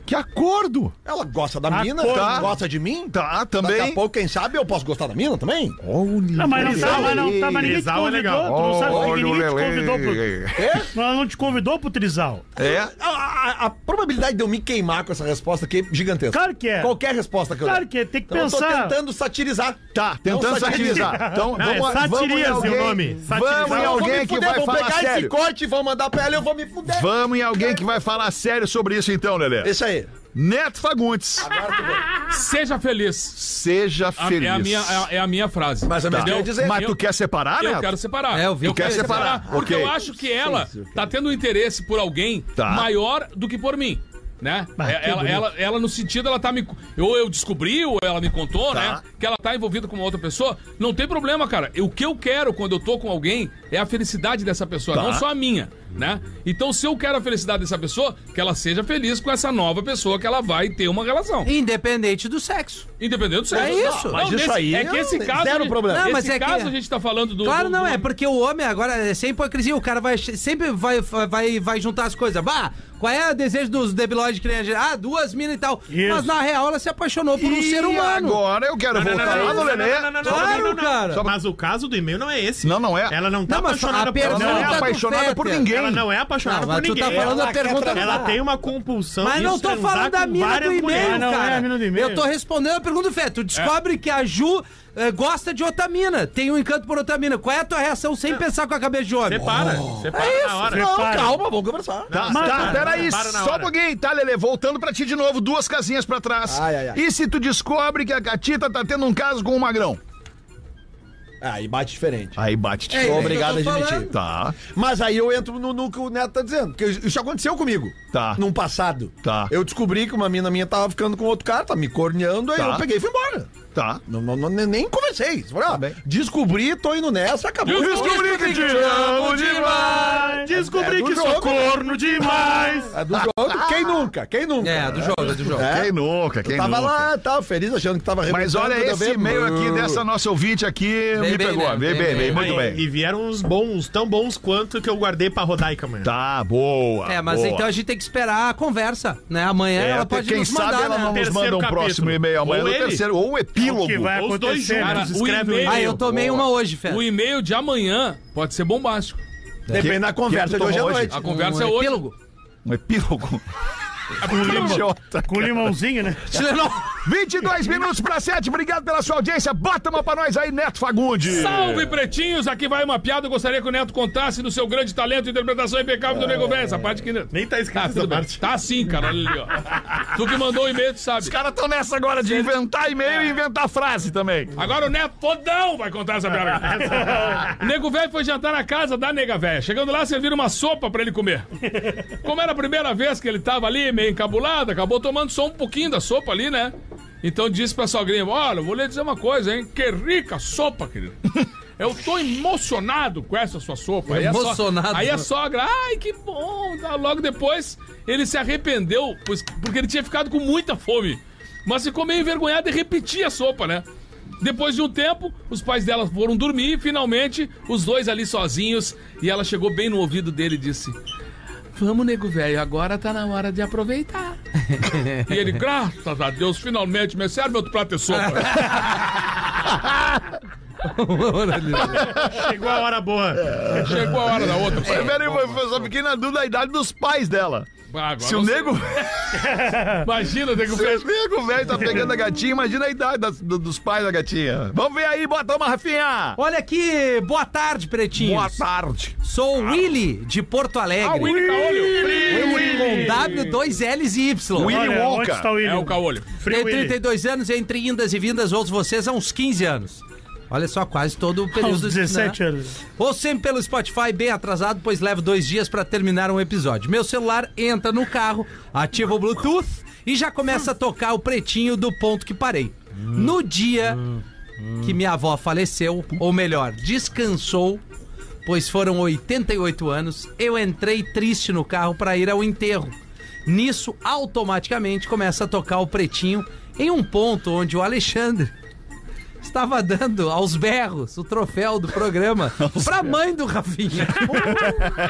Speaker 2: Que acordo!
Speaker 5: Ela gosta da mina,
Speaker 7: Acordo.
Speaker 5: ela gosta de mim.
Speaker 2: Tá,
Speaker 5: Daqui
Speaker 2: também.
Speaker 5: a pouco, quem sabe, eu posso gostar da mina também.
Speaker 7: Não, mas não tá,
Speaker 2: Olha
Speaker 7: mas não tá, mas ninguém te
Speaker 6: Trisal é legal.
Speaker 7: convidou. Tu não sabe
Speaker 2: Olha
Speaker 7: porque
Speaker 2: o
Speaker 7: ninguém te
Speaker 2: Lelê.
Speaker 7: convidou pro. Não, Ela não te convidou pro Trisal.
Speaker 2: É?
Speaker 5: A, a- a probabilidade de eu me queimar com essa resposta aqui é gigantesca.
Speaker 7: Claro que é.
Speaker 5: Qualquer resposta que eu
Speaker 7: Claro
Speaker 5: der.
Speaker 7: que é, tem que
Speaker 5: Então, Eu tô
Speaker 7: pensar.
Speaker 5: tentando satirizar.
Speaker 2: Tá, tentando
Speaker 5: Não satiriza.
Speaker 2: satirizar. Então,
Speaker 6: Não, é
Speaker 2: vamos, vamos em
Speaker 6: satirias o
Speaker 2: alguém,
Speaker 6: nome. Satirizar.
Speaker 2: Vamos em
Speaker 6: Eu
Speaker 5: vou
Speaker 2: alguém
Speaker 5: me
Speaker 2: que
Speaker 5: fuder,
Speaker 2: vai
Speaker 5: vão
Speaker 2: falar
Speaker 5: pegar esse
Speaker 2: sério.
Speaker 5: corte, vão mandar pra ela e eu vou me fuder.
Speaker 2: Vamos em alguém que vai falar sério sobre isso então, Lelê.
Speaker 5: Deixa aí.
Speaker 2: Neto Fagundes,
Speaker 3: Seja feliz.
Speaker 2: seja
Speaker 3: A-
Speaker 2: feliz.
Speaker 3: É, a minha, é, é a minha frase.
Speaker 5: Mas eu me
Speaker 3: Entendeu?
Speaker 5: quero dizer.
Speaker 2: Mas tu
Speaker 3: Eu-
Speaker 2: quer separar,
Speaker 3: Eu
Speaker 2: Neto?
Speaker 3: quero separar.
Speaker 4: É, eu vi.
Speaker 3: eu quero
Speaker 2: Quer separar,
Speaker 3: separar. Porque
Speaker 2: ok.
Speaker 3: eu acho que ela tá tendo um interesse por alguém
Speaker 2: Tá.
Speaker 3: maior do que por mim. Né? É- ela, ela, ela, no sentido, ela tá me. Ou eu descobri, ou ela me contou, né? Que ela tá envolvida com uma outra pessoa.
Speaker 4: Tá.
Speaker 3: Não tem problema, cara. O que eu quero quando eu tô com alguém é a felicidade dessa pessoa, não só a minha. né? Então, se eu quero a felicidade dessa pessoa, que ela seja feliz com essa nova pessoa que ela vai ter uma relação.
Speaker 4: Independente do sexo.
Speaker 3: Independente do
Speaker 4: É
Speaker 3: sexo.
Speaker 4: isso.
Speaker 5: Mas isso
Speaker 3: nesse-
Speaker 5: aí
Speaker 3: É que esse
Speaker 5: é
Speaker 3: caso.
Speaker 5: zero
Speaker 3: a gente-
Speaker 5: problema.
Speaker 4: Não, mas
Speaker 3: esse
Speaker 4: é que-
Speaker 3: caso a gente tá falando do.
Speaker 4: Claro
Speaker 3: do-
Speaker 4: não,
Speaker 3: do-
Speaker 4: é porque o homem agora é sem hipocrisia, o cara vai che- sempre vai, vai, vai juntar as coisas. Bah, qual é o desejo dos debilóides que nem a gente? Ah, duas minas e tal.
Speaker 7: Isso.
Speaker 4: Mas na real ela se apaixonou por um
Speaker 2: E
Speaker 4: ser humano.
Speaker 2: Agora eu quero voltar lá no Lelê.
Speaker 4: Claro, cara.
Speaker 6: Mas o caso do e-mail não é esse.
Speaker 2: Não, não é.
Speaker 6: Ela não tá
Speaker 4: Não, mas
Speaker 6: apaixonada
Speaker 4: a
Speaker 6: por
Speaker 4: pergunta
Speaker 2: Ela não é
Speaker 4: do
Speaker 2: apaixonada por
Speaker 4: Fetter.
Speaker 2: ninguém.
Speaker 6: Ela não é apaixonada
Speaker 4: Não, mas
Speaker 6: por
Speaker 4: tu
Speaker 6: ninguém.
Speaker 4: tá falando
Speaker 6: ela
Speaker 4: da pergunta
Speaker 6: ela
Speaker 4: do-
Speaker 6: tem uma compulsão
Speaker 4: Mas
Speaker 6: de
Speaker 4: não tô
Speaker 6: transar
Speaker 4: falando da
Speaker 6: com
Speaker 4: mina
Speaker 6: várias
Speaker 4: do
Speaker 6: mulheres.
Speaker 4: e-mail,
Speaker 7: Não, não é
Speaker 4: cara.
Speaker 7: a mina do e-mail.
Speaker 4: Eu tô respondendo a pergunta do Feto. Tu descobre que a Ju eh, gosta de outra mina, tem um encanto por outra mina. Qual é a tua reação sem pensar com a cabeça de homem?
Speaker 6: Separa. Separa
Speaker 4: É
Speaker 6: na
Speaker 4: isso.
Speaker 6: hora.
Speaker 4: Não,
Speaker 7: Separa.
Speaker 4: calma, vamos conversar.
Speaker 2: Tá,
Speaker 7: Mas
Speaker 2: tá,
Speaker 7: para,
Speaker 2: peraí,
Speaker 6: para na
Speaker 2: só um
Speaker 6: hora.
Speaker 2: pouquinho, tá, Lelê? Voltando pra ti de novo, duas casinhas pra trás.
Speaker 5: Ai, ai, ai.
Speaker 2: E se tu descobre que a Gatita tá tendo um caso com o Magrão?
Speaker 5: Ah, e bate diferente.
Speaker 2: Aí bate de
Speaker 4: É,
Speaker 5: Sou
Speaker 2: novo.
Speaker 4: isso
Speaker 5: obrigado a
Speaker 4: que eu tô
Speaker 5: admitir.
Speaker 4: falando.
Speaker 2: Tá.
Speaker 5: Mas aí eu entro no, no que o Neto tá dizendo. Porque isso aconteceu comigo.
Speaker 2: Tá.
Speaker 5: Num passado.
Speaker 2: Tá.
Speaker 5: Eu descobri que uma mina minha tava ficando com outro cara, tava me corneando, aí
Speaker 2: Tá.
Speaker 5: eu peguei e fui embora.
Speaker 2: Tá.
Speaker 5: Não, não- não- nem- nem conversei. Falei, ó,
Speaker 2: bem.
Speaker 5: descobri, tô indo nessa, acabou.
Speaker 2: Descobri que te amo demais.
Speaker 6: Descobri
Speaker 5: É do
Speaker 6: que
Speaker 5: jogo.
Speaker 6: sou corno demais.
Speaker 5: É do jogo. Quem nunca? Quem nunca?
Speaker 4: É, do jogo, é do jogo.
Speaker 5: É.
Speaker 2: Quem nunca, quem
Speaker 5: Tava
Speaker 2: nunca.
Speaker 5: lá, tava feliz, achando que tava
Speaker 2: Mas
Speaker 5: arrebentando,
Speaker 2: olha,
Speaker 5: tudo
Speaker 2: esse
Speaker 5: bem.
Speaker 2: e-mail aqui dessa nossa ouvinte aqui
Speaker 4: Vem
Speaker 2: me
Speaker 4: bem,
Speaker 2: pegou.
Speaker 4: né?
Speaker 2: Vem
Speaker 4: Vem
Speaker 2: bem,
Speaker 4: bem.
Speaker 2: bem, muito
Speaker 6: Aí,
Speaker 2: bem.
Speaker 6: E vieram uns bons, tão bons quanto que eu guardei pra Rodaica amanhã.
Speaker 2: Tá, boa.
Speaker 4: É, mas
Speaker 2: boa.
Speaker 4: então a gente tem que esperar a conversa, né? Amanhã
Speaker 2: É,
Speaker 4: ela
Speaker 2: até
Speaker 4: pode
Speaker 2: quem
Speaker 4: nos
Speaker 2: sabe
Speaker 4: mandar,
Speaker 2: ela
Speaker 4: né?
Speaker 2: não nos
Speaker 6: Terceiro
Speaker 2: manda um
Speaker 6: capítulo.
Speaker 2: próximo e-mail amanhã,
Speaker 6: Ou
Speaker 2: no
Speaker 6: ele.
Speaker 2: terceiro, ou um epílogo.
Speaker 7: O que vai
Speaker 6: Os dois
Speaker 7: acontecer,
Speaker 6: juntos
Speaker 7: né?
Speaker 3: Cara, o
Speaker 6: escrevem um
Speaker 3: e-mail-
Speaker 4: Ah,
Speaker 6: e-mail.
Speaker 4: eu tomei
Speaker 2: Boa.
Speaker 4: uma hoje, Fer.
Speaker 3: O e-mail de amanhã pode ser bombástico.
Speaker 5: Depende da conversa
Speaker 2: que
Speaker 5: de
Speaker 2: tu
Speaker 5: hoje à
Speaker 2: tomou
Speaker 5: noite.
Speaker 3: A conversa é
Speaker 4: um
Speaker 3: hoje.
Speaker 4: epílogo.
Speaker 2: Um epílogo. Idiota.
Speaker 7: Com limãozinho, né?
Speaker 4: Tilenol.
Speaker 2: 22 minutos para 7, obrigado pela sua audiência. Bota uma pra nós aí, Neto Fagundi.
Speaker 3: Salve, pretinhos! Aqui vai uma piada. Eu gostaria que o Neto contasse do seu grande talento e interpretação impecável do Nego Velho. Essa parte que.
Speaker 6: Nem tá escrito
Speaker 3: Tá,
Speaker 6: essa
Speaker 3: tudo bem.
Speaker 6: parte.
Speaker 3: Tá sim, cara. Olha ali, ó. Tu que mandou o e-mail, tu sabe.
Speaker 2: Os caras estão nessa agora de inventar e-mail e inventar frase também.
Speaker 3: Agora o Neto Fodão vai contar essa piada. o Nego Velho foi jantar na casa da Nega Velha. Chegando lá, serviram uma sopa pra ele comer. Como era a primeira vez que ele tava ali, meio encabulado, acabou tomando só um pouquinho da sopa ali, né? Então disse pra sogrinha, olha, vou lhe dizer uma coisa, hein? Que rica sopa, querido. Eu tô emocionado com essa sua sopa. Aí a so-
Speaker 4: Emocionado.
Speaker 3: aí a sogra, ai, que bom. Tá, Logo depois, ele se arrependeu, pois- porque ele tinha ficado com muita fome. Mas ficou meio envergonhado e repetia a sopa, né? Depois de um tempo, os pais dela foram dormir e finalmente os dois ali sozinhos. E ela chegou bem no ouvido dele e disse: Vamos, nego velho, agora tá na hora de aproveitar. e ele, graças a Deus, finalmente me serve outro prato de sopa.
Speaker 6: Chegou a hora boa.
Speaker 3: Chegou a hora da outra.
Speaker 2: Primeiro, eu só fiquei na dúvida da idade dos pais dela.
Speaker 3: Ah, agora
Speaker 2: Se o
Speaker 3: não sei.
Speaker 2: nego,
Speaker 3: Imagina, nego
Speaker 2: se
Speaker 3: velho.
Speaker 2: o nego velho tá pegando a gatinha, imagina a idade das- do- dos pais da gatinha. Vamos ver aí, bota uma, Rafinha.
Speaker 4: Olha aqui, boa tarde, pretinhos.
Speaker 2: Boa Ah. tarde.
Speaker 4: Sou o Willy, de Porto
Speaker 3: Ah,
Speaker 4: Alegre.
Speaker 3: o Willy Caolho.
Speaker 4: Willy com W, dois L's e Y.
Speaker 2: Willy
Speaker 7: Olha,
Speaker 2: Wonka.
Speaker 7: onde está o Willy?
Speaker 3: É o Caolho.
Speaker 6: Free
Speaker 4: Tenho
Speaker 6: Willy.
Speaker 4: 32 anos, entre indas e vindas, ouço vocês há uns 15 anos. Olha só, quase todo o período.
Speaker 7: Aos
Speaker 4: né?
Speaker 7: 17 anos.
Speaker 4: Ou sempre pelo Spotify, bem atrasado, pois levo dois dias pra terminar um episódio. Meu celular entra no carro, ativa o Bluetooth e já começa a tocar o pretinho do ponto que parei. No dia que minha avó faleceu, ou melhor, descansou, pois foram 88 anos, eu entrei triste no carro pra ir ao enterro. Nisso, automaticamente começa a tocar o pretinho em um ponto onde o Alexandre estava dando aos berros o troféu do programa pra mãe do Rafinha.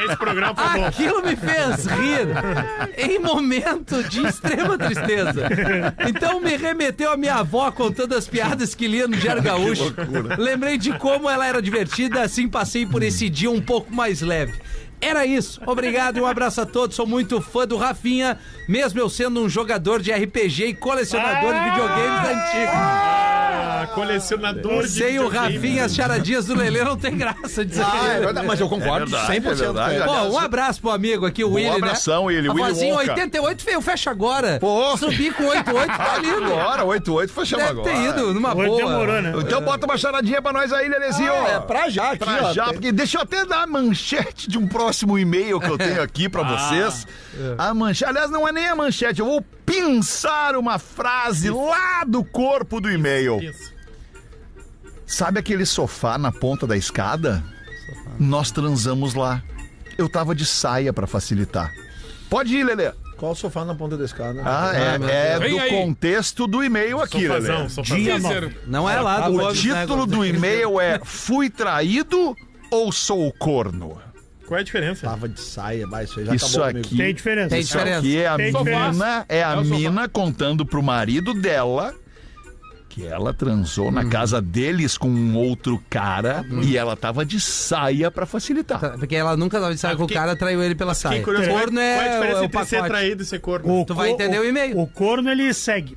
Speaker 6: Esse programa foi
Speaker 7: Ah,
Speaker 6: bom.
Speaker 4: Aquilo me fez rir em momento de extrema tristeza. Então me remeteu a minha avó contando as piadas que lia no Diário Gaúcho. Lembrei de como ela era divertida, assim passei por esse dia um pouco mais leve. Era isso. Obrigado, um abraço a todos. Sou muito fã do Rafinha, mesmo eu sendo um jogador de RPG e colecionador de videogames da antiga.
Speaker 6: Ah, colecionador de
Speaker 4: Sem o
Speaker 6: videogame.
Speaker 4: Rafinha, as charadinhas do Lelê não tem graça de
Speaker 5: Ah, é verdade, mas eu concordo
Speaker 2: verdade,
Speaker 5: 100%
Speaker 2: é
Speaker 5: com
Speaker 2: verdade.
Speaker 5: ele.
Speaker 4: Bom, um abraço pro amigo aqui, o Willy, né?
Speaker 2: um abração, Willy,
Speaker 4: A
Speaker 2: Willy
Speaker 4: vozinha
Speaker 2: Wonka.
Speaker 4: 88, feio, fecha agora.
Speaker 2: Pô.
Speaker 4: Subir com 88, tá lindo.
Speaker 2: Agora, 8-8 foi chamar
Speaker 4: Deve
Speaker 2: agora.
Speaker 4: ter ido numa
Speaker 7: Hoje
Speaker 4: boa.
Speaker 7: demorou, né?
Speaker 2: Então bota uma charadinha pra nós aí, Lelezinho.
Speaker 5: É, pra já aqui,
Speaker 2: Pra
Speaker 5: ó.
Speaker 2: já,
Speaker 5: tem-
Speaker 2: porque deixa eu até dar a manchete de um próximo e-mail que eu
Speaker 5: É.
Speaker 2: tenho aqui pra
Speaker 5: Ah,
Speaker 2: vocês. A manchete, aliás, não é nem a manchete, eu vou pinçar uma frase lá do corpo do e-mail. Sabe aquele sofá na ponta da escada? Nós transamos lá. Eu tava de saia pra facilitar. Pode ir, Lelê.
Speaker 5: Qual o sofá na ponta né? da escada?
Speaker 2: Ah, é, é
Speaker 3: Vem
Speaker 2: do
Speaker 3: aí.
Speaker 2: contexto do e-mail aqui, Lelê.
Speaker 6: Sofazão, sofazão.
Speaker 3: Cícero,
Speaker 4: Não é lá do
Speaker 2: O
Speaker 4: Lopes, né,
Speaker 2: título do
Speaker 4: Gonzaga?
Speaker 2: e-mail é Fui traído ou sou corno?
Speaker 6: Qual é a diferença?
Speaker 5: Tava de saia, vai, isso aí já
Speaker 2: Isso
Speaker 5: acabou comigo.
Speaker 2: aqui.
Speaker 7: Tem diferença.
Speaker 4: Tem
Speaker 2: Isso
Speaker 4: diferença.
Speaker 2: aqui é a
Speaker 7: Tem diferença.
Speaker 2: mina, é a
Speaker 3: o sofá.
Speaker 2: mina contando pro marido dela que ela transou na casa deles com um outro cara e ela tava de saia pra facilitar.
Speaker 4: Tá, Porque ela nunca tava de saia com o
Speaker 6: fiquei-
Speaker 4: cara, traiu ele pela saia.
Speaker 6: Fiquei curioso, qual é-
Speaker 4: Corno é
Speaker 6: qual é a diferença
Speaker 4: o- é o
Speaker 6: entre ser
Speaker 4: pacote.
Speaker 6: traído e ser corno?
Speaker 4: Tu vai
Speaker 7: co-
Speaker 4: entender o e-mail.
Speaker 7: O corno ele segue.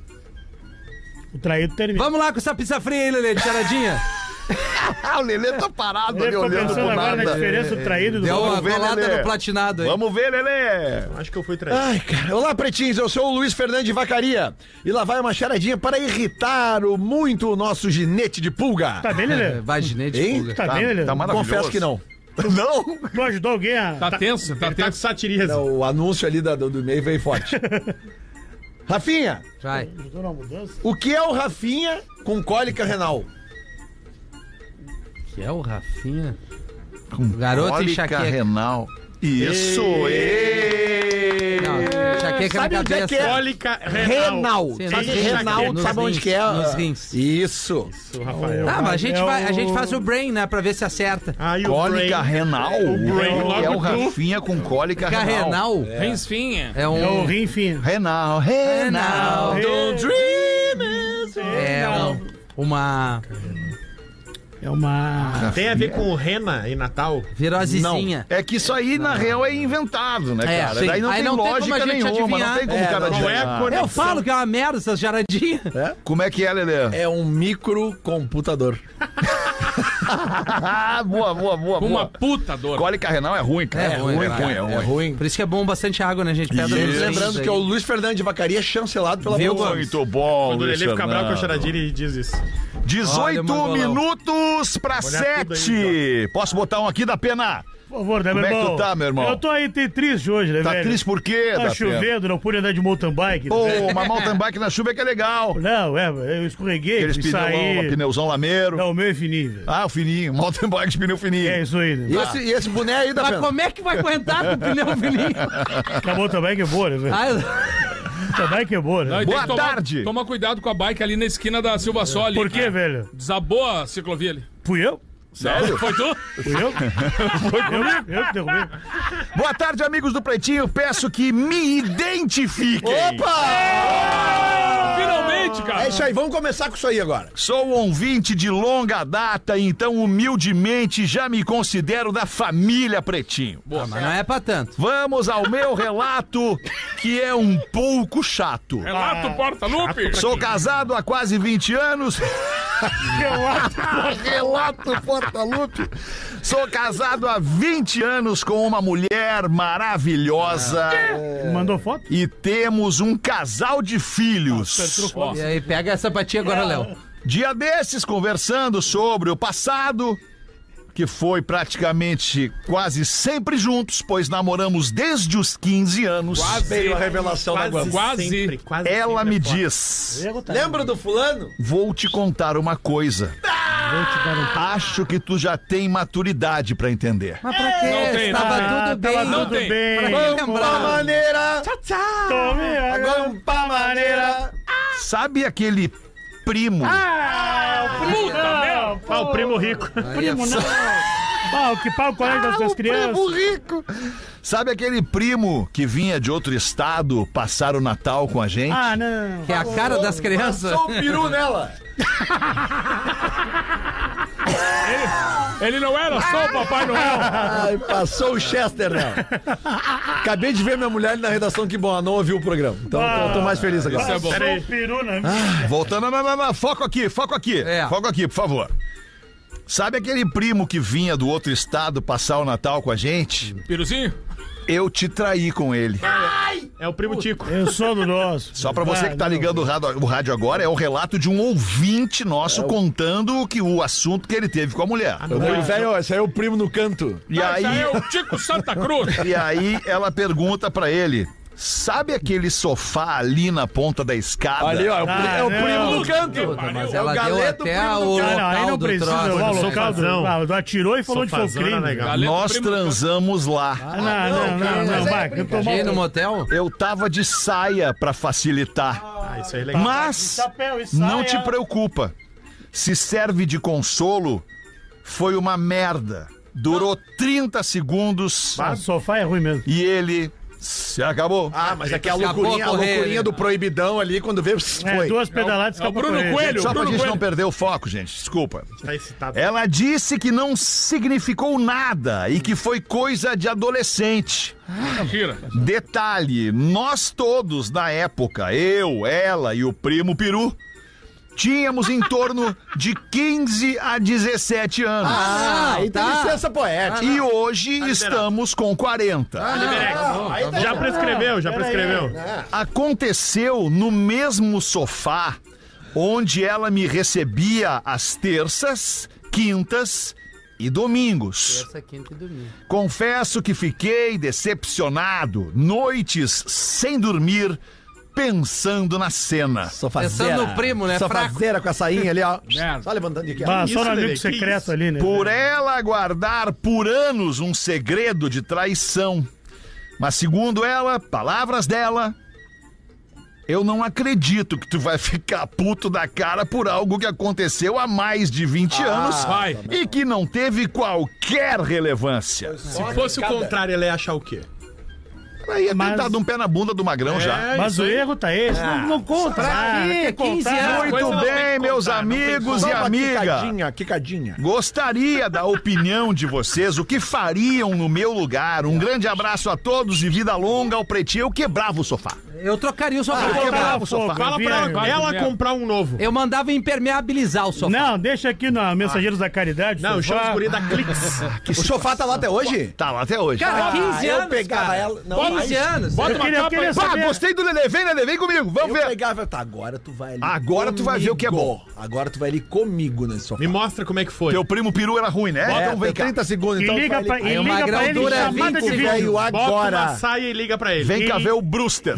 Speaker 7: O traído termina.
Speaker 4: Vamos lá com essa pizza fria aí, Lelê, de charadinha.
Speaker 2: Ah, o Lelê tá parado
Speaker 7: Eu
Speaker 2: ali
Speaker 7: tô
Speaker 2: olhando
Speaker 7: pensando
Speaker 2: pro
Speaker 7: agora na
Speaker 2: nada.
Speaker 7: diferença do traído e do
Speaker 4: Deu
Speaker 7: corno.
Speaker 4: uma
Speaker 2: ver,
Speaker 4: colada
Speaker 2: Lelê.
Speaker 4: no platinado aí.
Speaker 2: Vamos ver, Lelê!
Speaker 6: Acho que eu fui traído.
Speaker 5: Ai, cara. Olá, pretins. Eu sou o Luiz Fernandes de Vacaria. E lá vai uma charadinha para irritar o muito o nosso ginete de pulga.
Speaker 7: Tá bem, Lelê?
Speaker 4: Vaginete
Speaker 5: Hein?
Speaker 4: fuga.
Speaker 7: Tá, bem, Lelê?
Speaker 2: maravilhoso.
Speaker 5: Confesso que não.
Speaker 2: Não?
Speaker 7: Tu ajudou alguém a...
Speaker 3: tá tenso, tá
Speaker 6: Tá com
Speaker 3: tenso.
Speaker 6: satiriza.
Speaker 5: O anúncio ali da- do, do e-mail veio forte. Rafinha,
Speaker 4: Vai.
Speaker 7: Ajudou na mudança?
Speaker 5: o que é o Rafinha com cólica renal?
Speaker 4: Que é o Rafinha?
Speaker 2: Com
Speaker 4: Garoto
Speaker 2: cólica
Speaker 4: enxaqueca.
Speaker 2: renal. Isso, é. ê!
Speaker 4: Não, enxaqueca na
Speaker 5: Sabe onde é
Speaker 4: cabeça.
Speaker 5: que é?
Speaker 6: Cólica
Speaker 5: Renal.
Speaker 6: renal.
Speaker 4: assim. Sim,
Speaker 5: Sabe
Speaker 4: nos
Speaker 5: renal,
Speaker 4: rins,
Speaker 5: sabe onde que é?
Speaker 4: nos rins.
Speaker 5: Isso.
Speaker 6: Isso, Rafael.
Speaker 4: Tá, mas a gente,
Speaker 7: É
Speaker 4: vai, a
Speaker 7: o-
Speaker 4: gente faz o brain, né? Pra ver se acerta.
Speaker 6: Aí o
Speaker 2: Cólica
Speaker 6: brain-
Speaker 2: renal?
Speaker 6: O brain
Speaker 2: Que é o
Speaker 6: logo tu.
Speaker 2: Rafinha com cólica
Speaker 4: Fica
Speaker 2: renal.
Speaker 4: renal
Speaker 3: Rinsfinha.
Speaker 4: é
Speaker 7: É o
Speaker 4: um...
Speaker 7: rim fino.
Speaker 2: Renal, renal.
Speaker 7: Don't
Speaker 4: É um... Uma
Speaker 7: É uma...
Speaker 6: Tem a ver com o Rena e Natal?
Speaker 4: virosezinha.
Speaker 2: É que isso aí, na real, é inventado, né,
Speaker 4: É,
Speaker 2: cara?
Speaker 4: sim.
Speaker 2: Daí não
Speaker 4: Aí
Speaker 2: tem
Speaker 4: não tem como a
Speaker 2: lógica
Speaker 4: gente
Speaker 2: nenhuma,
Speaker 4: adivinhar.
Speaker 2: não tem como
Speaker 5: É,
Speaker 2: o cara
Speaker 5: não
Speaker 6: Qual é
Speaker 2: adivinhar.
Speaker 6: a
Speaker 4: Eu
Speaker 6: conexão?
Speaker 4: falo que é uma merda essas charadinhas.
Speaker 2: Como é que é, Lelê?
Speaker 5: É um microcomputador.
Speaker 2: Ah, boa, boa, boa,
Speaker 3: Com
Speaker 2: boa.
Speaker 3: uma puta dor.
Speaker 2: Cólica renal é ruim, cara.
Speaker 4: É ruim,
Speaker 2: é
Speaker 4: cara.
Speaker 2: ruim. É
Speaker 5: É
Speaker 2: ruim.
Speaker 5: ruim.
Speaker 4: Por isso que é bom bastante água, né, gente? Pedra
Speaker 2: Isso.
Speaker 4: nos rins
Speaker 5: Lembrando
Speaker 4: aí.
Speaker 5: que é o Luiz Fernandes de Vacaria, chancelado pela
Speaker 4: Viu,
Speaker 5: Bolsa.
Speaker 2: Muito bom,
Speaker 6: Quando o
Speaker 2: Luiz
Speaker 6: Lelê fica bravo com a
Speaker 2: Fernando.
Speaker 6: charadinha, ele diz isso.
Speaker 2: 18
Speaker 4: Olha, Mangolão.
Speaker 2: minutos pra
Speaker 6: Olhar tudo aí,
Speaker 2: 7. Posso botar um aqui da pena?
Speaker 7: Por favor, né,
Speaker 2: Como
Speaker 7: meu
Speaker 2: é que
Speaker 7: irmão?
Speaker 2: tu tá, meu irmão?
Speaker 7: Eu tô aí tem triste hoje, né,
Speaker 2: Tá
Speaker 7: velho?
Speaker 2: triste por quê?
Speaker 7: Tá
Speaker 2: da Pena?
Speaker 7: chovendo, não pude andar de mountain bike.
Speaker 2: Pô,
Speaker 7: né?
Speaker 2: uma mountain bike na chuva é que é legal.
Speaker 7: Não, é, eu escorreguei,
Speaker 2: Aqueles
Speaker 7: fui
Speaker 2: pneus,
Speaker 7: sair.
Speaker 2: pneuzão lameiro.
Speaker 7: Não, o meu é fininho, velho.
Speaker 2: Ah, o fininho. Mountain bike de pneu fininho.
Speaker 7: É isso aí,
Speaker 5: E
Speaker 7: né?
Speaker 5: esse, e esse boné aí da
Speaker 4: Mas
Speaker 5: Pena?
Speaker 4: como é que vai aguentar com o pneu fininho?
Speaker 7: Porque a mountain bike é boa, né, velho?
Speaker 4: Ah,
Speaker 7: Mountain bike é boa,
Speaker 3: Não,
Speaker 7: né?
Speaker 3: e tem
Speaker 2: Boa
Speaker 3: que tomar-
Speaker 2: tarde. É.
Speaker 3: Toma cuidado com a bike ali na esquina da Silva Sol. ali,
Speaker 7: Por quê,
Speaker 3: cara.
Speaker 7: velho?
Speaker 3: Desabou a ciclovia ali.
Speaker 7: Fui eu?
Speaker 3: Sério? Foi tu?
Speaker 7: Fui eu? Foi eu? Eu que derrubei.
Speaker 2: Boa tarde, amigos do Pretinho. Peço que me identifiquem.
Speaker 5: Opa!
Speaker 3: Finalmente, cara.
Speaker 5: É isso aí, vamos começar com isso aí agora.
Speaker 2: Sou um ouvinte de longa data, então humildemente já me considero da família Pretinho.
Speaker 4: Boa, mas não é pra tanto.
Speaker 2: Vamos ao meu relato, que é um pouco chato.
Speaker 3: Relato Porta-Lupe.
Speaker 2: Sou casado há quase 20 anos. Relato, relato Porta-Lupe. Sou casado há 20 anos com uma mulher maravilhosa
Speaker 6: Ah.
Speaker 7: Mandou foto?
Speaker 2: e temos um casal de filhos.
Speaker 3: Ó,
Speaker 4: E aí, pega essa patinha agora, Léo.
Speaker 2: Dia desses, conversando sobre o passado, que foi praticamente quase sempre juntos, pois namoramos desde os 15 anos.
Speaker 3: Ah,
Speaker 5: Veio a revelação da Guampa.
Speaker 3: Quase.
Speaker 6: sempre, quase
Speaker 2: Ela
Speaker 6: sempre
Speaker 2: me
Speaker 6: é foda.
Speaker 2: diz.
Speaker 5: Lembra do fulano?
Speaker 2: Vou te contar uma coisa. Acho que tu já tem maturidade pra entender.
Speaker 4: Mas pra quê?
Speaker 3: Não tem,
Speaker 4: Tava
Speaker 3: não
Speaker 4: tudo bem.
Speaker 3: Não
Speaker 7: Tá Tudo
Speaker 3: tem.
Speaker 7: bem.
Speaker 4: Pra
Speaker 5: um
Speaker 4: quem lembrar?
Speaker 5: maneira!
Speaker 7: Tome água.
Speaker 5: Guampa é um maneira!
Speaker 2: Sabe aquele primo?
Speaker 3: Puta merda.
Speaker 6: Ah, o primo rico.
Speaker 7: Primo, não. Ah, o que paga o colégio das suas crianças?
Speaker 2: rico. Sabe aquele primo que vinha de outro estado passar o Natal com a gente?
Speaker 7: Ah, não.
Speaker 4: Que é a cara das crianças.
Speaker 5: Só o peru nela!
Speaker 3: Ele não era só
Speaker 2: Ah,
Speaker 3: o Papai Noel.
Speaker 5: Ai, passou o Chester nela! Acabei de ver minha mulher ali na redação, que bom, ela não ouviu o programa. Então eu tô mais feliz agora.
Speaker 3: Isso é bom.
Speaker 7: Sou o peru na
Speaker 6: Ah,
Speaker 2: Voltando, não, não, não, foco aqui, foco aqui.
Speaker 4: É.
Speaker 2: Foco aqui, por favor. Sabe aquele primo que vinha do outro estado passar o Natal com a gente?
Speaker 3: Piruzinho?
Speaker 2: Eu te traí com ele.
Speaker 6: É o primo Tico.
Speaker 7: Eu sou do nosso. Ah,
Speaker 2: Só pra você que tá ligando o rádio, o rádio agora, é o relato de um ouvinte nosso contando que o assunto que ele teve com a mulher.
Speaker 5: Eu falei, velho, esse aí é o primo no canto.
Speaker 2: E
Speaker 3: Mas
Speaker 2: aí,
Speaker 3: é o Tico Santa Cruz.
Speaker 2: e aí ela pergunta pra ele: Sabe aquele sofá ali na ponta da escada?
Speaker 8: Ali, ó, é o, pri- é o
Speaker 7: Ah,
Speaker 8: primo
Speaker 7: não.
Speaker 8: do canto.
Speaker 5: É
Speaker 4: Mas ela deu
Speaker 8: Galeto,
Speaker 4: até
Speaker 8: primo
Speaker 4: o
Speaker 8: do
Speaker 7: Cara, aí
Speaker 4: local
Speaker 7: Ah, não
Speaker 4: do
Speaker 7: precisa.
Speaker 4: troço.
Speaker 7: ó,
Speaker 4: né?
Speaker 7: o local do-
Speaker 6: Sofazão.
Speaker 7: ah, atirou e falou de foi o
Speaker 6: Sofazona,
Speaker 7: crime.
Speaker 6: né, cara?
Speaker 3: Ali é do
Speaker 2: Nós
Speaker 3: primo do
Speaker 2: transamos lá.
Speaker 7: Ah, não, não, não, não,
Speaker 4: é
Speaker 7: vai. que eu tô
Speaker 4: Cheguei
Speaker 7: mal-
Speaker 4: no motel?
Speaker 2: Eu tava de saia pra facilitar.
Speaker 6: Ah, isso aí é legal.
Speaker 2: Mas
Speaker 7: Chapéu e saia.
Speaker 2: não te preocupa. Se serve de consolo, foi uma merda. Durou 30 segundos
Speaker 7: Ah, sofá é ruim mesmo.
Speaker 2: e ele se acabou.
Speaker 8: Ah, mas é que a
Speaker 4: Daqui a
Speaker 8: loucurinha, a
Speaker 4: pouco,
Speaker 8: loucurinha
Speaker 2: é
Speaker 4: Rene.
Speaker 8: do proibidão ali, quando vê, pss,
Speaker 7: É,
Speaker 8: foi.
Speaker 7: duas pedaladas
Speaker 3: É o
Speaker 7: escapou
Speaker 3: Bruno
Speaker 7: por ele.
Speaker 3: Coelho.
Speaker 2: Só pra
Speaker 3: Bruno
Speaker 2: gente não
Speaker 3: Coelho.
Speaker 2: perder o foco, gente. Desculpa.
Speaker 6: Tá excitado.
Speaker 2: Ela disse que não significou nada e que foi coisa de adolescente.
Speaker 3: Mentira.
Speaker 2: Detalhe: nós todos na época, eu, ela e o primo Peru, tínhamos em torno de 15 a 17 anos.
Speaker 8: Ah, aí tem
Speaker 4: tá.
Speaker 8: licença poética.
Speaker 2: e hoje estamos com 40.
Speaker 6: Já prescreveu, já prescreveu.
Speaker 2: Aconteceu no mesmo sofá onde ela me recebia às terças, quintas e domingos.
Speaker 4: Essa quinta e domingo.
Speaker 2: Confesso que fiquei decepcionado, noites sem dormir, pensando na cena.
Speaker 5: Sofazeira.
Speaker 4: Pensando no primo, né?
Speaker 5: Sofazeira com a sainha ali, ó.
Speaker 3: Merda.
Speaker 5: Só levantando aqui, ó.
Speaker 7: Bah,
Speaker 6: Isso,
Speaker 7: só no
Speaker 6: Lelê,
Speaker 7: amigo
Speaker 6: que
Speaker 7: secreto
Speaker 6: isso?
Speaker 7: ali, né?
Speaker 2: Por ela guardar por anos um segredo de traição. Mas segundo ela, palavras dela, eu não acredito que tu vai ficar puto da cara por algo que aconteceu há mais de 20 anos
Speaker 3: vai.
Speaker 2: e que não teve qualquer relevância.
Speaker 6: Se fosse o contrário, ela ia achar o quê?
Speaker 2: Aí é
Speaker 7: Mas-
Speaker 2: tentado um pé na bunda do magrão já.
Speaker 7: Mas o erro tá esse. Não, não conta.
Speaker 4: Pra
Speaker 7: Ah,
Speaker 4: quê? 15 anos.
Speaker 2: Muito
Speaker 6: Coisa não tem
Speaker 2: bem,
Speaker 6: que
Speaker 2: meus
Speaker 6: contar, não tem
Speaker 2: amigos e
Speaker 8: Toma,
Speaker 2: amigas.
Speaker 8: Quicadinha, quicadinha.
Speaker 2: Gostaria da opinião de vocês, o que fariam no meu lugar. Um grande abraço a todos e vida longa ao pretinho. Eu quebrava o sofá.
Speaker 4: Eu trocaria o sofá.
Speaker 2: Ah,
Speaker 4: Eu-
Speaker 2: quebrava o
Speaker 7: pô,
Speaker 2: sofá.
Speaker 6: Fala pra ela,
Speaker 3: Vai,
Speaker 6: ela
Speaker 3: Guilherme.
Speaker 6: comprar um novo.
Speaker 4: Eu mandava impermeabilizar o sofá.
Speaker 7: Não, deixa aqui na Mensageiros da Caridade.
Speaker 6: Não,
Speaker 7: sofá.
Speaker 6: chama os guri da Clix.
Speaker 8: O sofá tá lá até hoje?
Speaker 2: Tá lá até hoje.
Speaker 4: Cara, 15
Speaker 5: Ah,
Speaker 8: eu
Speaker 4: anos,
Speaker 8: pegava
Speaker 4: cara.
Speaker 8: ela- não,
Speaker 4: 15 anos.
Speaker 3: Bota
Speaker 7: Eu
Speaker 3: uma
Speaker 7: queria, eu
Speaker 3: capa
Speaker 7: queria
Speaker 3: aí.
Speaker 2: Pá,
Speaker 7: saber.
Speaker 2: Ah, gostei do Lelê. Vem, Lelê, vem comigo. Vamos
Speaker 8: Eu
Speaker 2: ver.
Speaker 8: pegava, tá, agora tu vai ali.
Speaker 2: Agora tu vai ver o que é bom.
Speaker 8: comigo. Agora tu vai ali comigo nesse sofá.
Speaker 6: Me mostra como é que foi.
Speaker 2: Teu primo peru era ruim, né?
Speaker 8: É,
Speaker 5: um
Speaker 2: então vem
Speaker 8: tem
Speaker 2: cá.
Speaker 8: 30 segundos,
Speaker 7: E
Speaker 8: então. tu
Speaker 7: liga
Speaker 8: vai
Speaker 7: pra,
Speaker 8: ali.
Speaker 7: e
Speaker 4: Aí o
Speaker 7: liga
Speaker 4: Magrão
Speaker 7: pra ele
Speaker 4: dura
Speaker 7: chamada de
Speaker 4: 20
Speaker 7: vídeo.
Speaker 8: velho
Speaker 6: Bota uma
Speaker 8: agora.
Speaker 6: saia e liga pra ele.
Speaker 2: Vem cá
Speaker 7: E-
Speaker 2: ver o Brewster.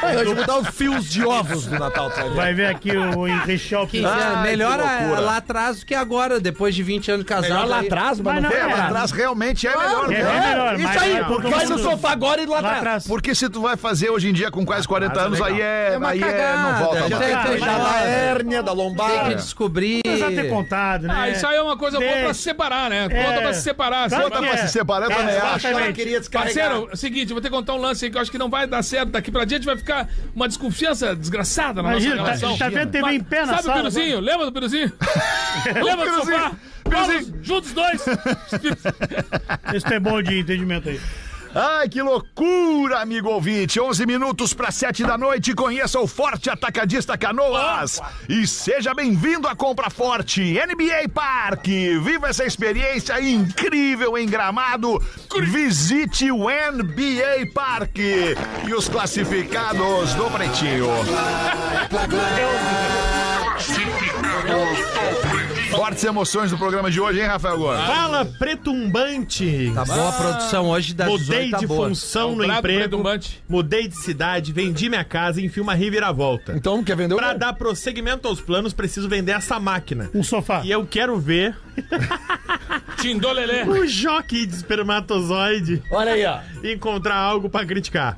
Speaker 8: Vai, hoje eu vou
Speaker 5: um
Speaker 8: dar os fios de ovos do Natal, tu vai ver.
Speaker 7: Vai ver aqui o Henrique Schelp.
Speaker 4: 15 anos. Melhor a- lá atrás do que agora, depois de 20 anos casado.
Speaker 8: Melhor lá
Speaker 4: aí-
Speaker 8: atrás,
Speaker 7: Mas
Speaker 8: mas não
Speaker 7: não
Speaker 2: É,
Speaker 8: tem.
Speaker 2: lá atrás realmente é melhor.
Speaker 7: É,
Speaker 2: né?
Speaker 7: bem melhor.
Speaker 8: Isso
Speaker 7: mas-
Speaker 8: aí,
Speaker 7: mas todo
Speaker 8: vai no
Speaker 7: mundo-
Speaker 8: sofá agora e lá
Speaker 7: Lá
Speaker 8: atrás.
Speaker 7: atrás.
Speaker 2: Porque se tu vai fazer hoje em dia com quase 40 anos,
Speaker 6: legal.
Speaker 2: aí é.
Speaker 4: É uma
Speaker 2: aí é,
Speaker 4: cagada.
Speaker 2: não volta mais.
Speaker 4: Já tem-
Speaker 7: Ah,
Speaker 4: tem-
Speaker 7: mas-
Speaker 8: Já da
Speaker 4: É.
Speaker 8: hérnia, da
Speaker 4: Tem que
Speaker 8: lombar.
Speaker 4: descobrir.
Speaker 7: Apesar de ter contado, né?
Speaker 3: Ah, isso aí é uma coisa boa
Speaker 7: Deixa.
Speaker 3: pra se separar, né?
Speaker 7: É.
Speaker 3: Conta pra se separar.
Speaker 7: Claro
Speaker 3: Conta
Speaker 7: que
Speaker 3: pra
Speaker 7: é.
Speaker 2: se separar, eu também acho.
Speaker 8: Ela
Speaker 7: Exatamente.
Speaker 8: queria descarregar.
Speaker 3: Parceiro, é o seguinte, eu vou ter que contar um lance aí que eu acho que não vai dar certo. Daqui pra diante vai ficar uma desconfiança desgraçada na
Speaker 7: Imagina,
Speaker 3: nossa
Speaker 7: tá-
Speaker 3: relação.
Speaker 7: tá vendo TV em pé na
Speaker 3: Sabe
Speaker 7: sala
Speaker 3: o Piruzinho? Lembra do Piruzinho? Lembra do
Speaker 2: Piruzinho,
Speaker 3: sofá?
Speaker 2: Piruzinho.
Speaker 3: Vamos, juntos dois.
Speaker 7: Isso é bom de entendimento aí.
Speaker 2: Ai, que loucura, amigo ouvinte. 11 minutos para 7 da noite. Conheça o Forte Atacadista Canoas. E seja bem-vindo à Compra Forte NBA Parque. Viva essa experiência incrível em Gramado. Visite o NBA Parque. E os classificados do Pretinho. Fortes emoções do programa de hoje, hein, Rafael Gomes?
Speaker 6: Fala, pretumbante.
Speaker 4: Tá boa a produção hoje das 18
Speaker 6: Mudei
Speaker 4: tá
Speaker 6: de
Speaker 4: boa.
Speaker 6: função
Speaker 3: Tá
Speaker 6: no
Speaker 3: brabo,
Speaker 6: emprego,
Speaker 3: pretumbante.
Speaker 6: mudei de cidade, vendi minha casa, enfim, uma reviravolta.
Speaker 8: Então, quer vender o
Speaker 6: Pra dar prosseguimento aos planos, preciso vender essa máquina.
Speaker 7: Um sofá.
Speaker 6: E eu quero ver
Speaker 3: Tindolelê.
Speaker 6: o joque de espermatozoide
Speaker 8: Olha aí, ó.
Speaker 6: encontrar algo pra criticar.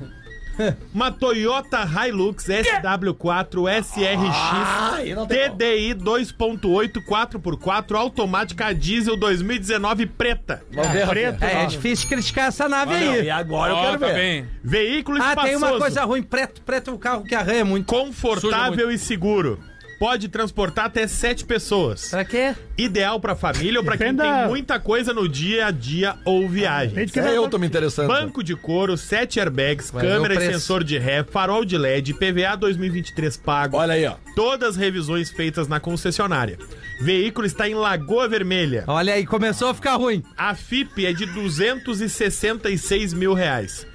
Speaker 6: Uma Toyota Hilux SW4 SRX
Speaker 8: Ah, Aí não tem. como.
Speaker 6: TDI 2.8 4x4 automática a diesel 2019 preta.
Speaker 8: Vamos ver, Rafinha.
Speaker 7: Preto.
Speaker 4: É, é difícil criticar essa nave aí.
Speaker 8: E agora eu
Speaker 3: Ó,
Speaker 8: quero
Speaker 3: tá
Speaker 8: ver.
Speaker 3: bem.
Speaker 6: Veículo
Speaker 4: Ah,
Speaker 6: espaçoso.
Speaker 4: tem uma coisa ruim. Preto, preto é um carro que arranha muito.
Speaker 3: Suja
Speaker 6: confortável e seguro. Pode transportar até sete pessoas.
Speaker 4: Pra quê?
Speaker 6: Ideal pra família ou pra quem
Speaker 7: Depende
Speaker 6: tem
Speaker 7: da-
Speaker 6: muita coisa no dia a dia ou viagem.
Speaker 7: Desde que
Speaker 8: É,
Speaker 7: vai-
Speaker 8: eu tô me interessando.
Speaker 6: Banco de couro, sete airbags,
Speaker 4: Vai ver
Speaker 6: câmera
Speaker 4: o
Speaker 6: e
Speaker 4: preço.
Speaker 6: sensor de ré, farol de LED, PVA 2023 pago.
Speaker 8: Olha aí, ó.
Speaker 6: Todas as revisões feitas na concessionária. Veículo está em Lagoa Vermelha.
Speaker 4: Olha aí, começou a ficar ruim.
Speaker 6: A FIP é de 266 mil reais.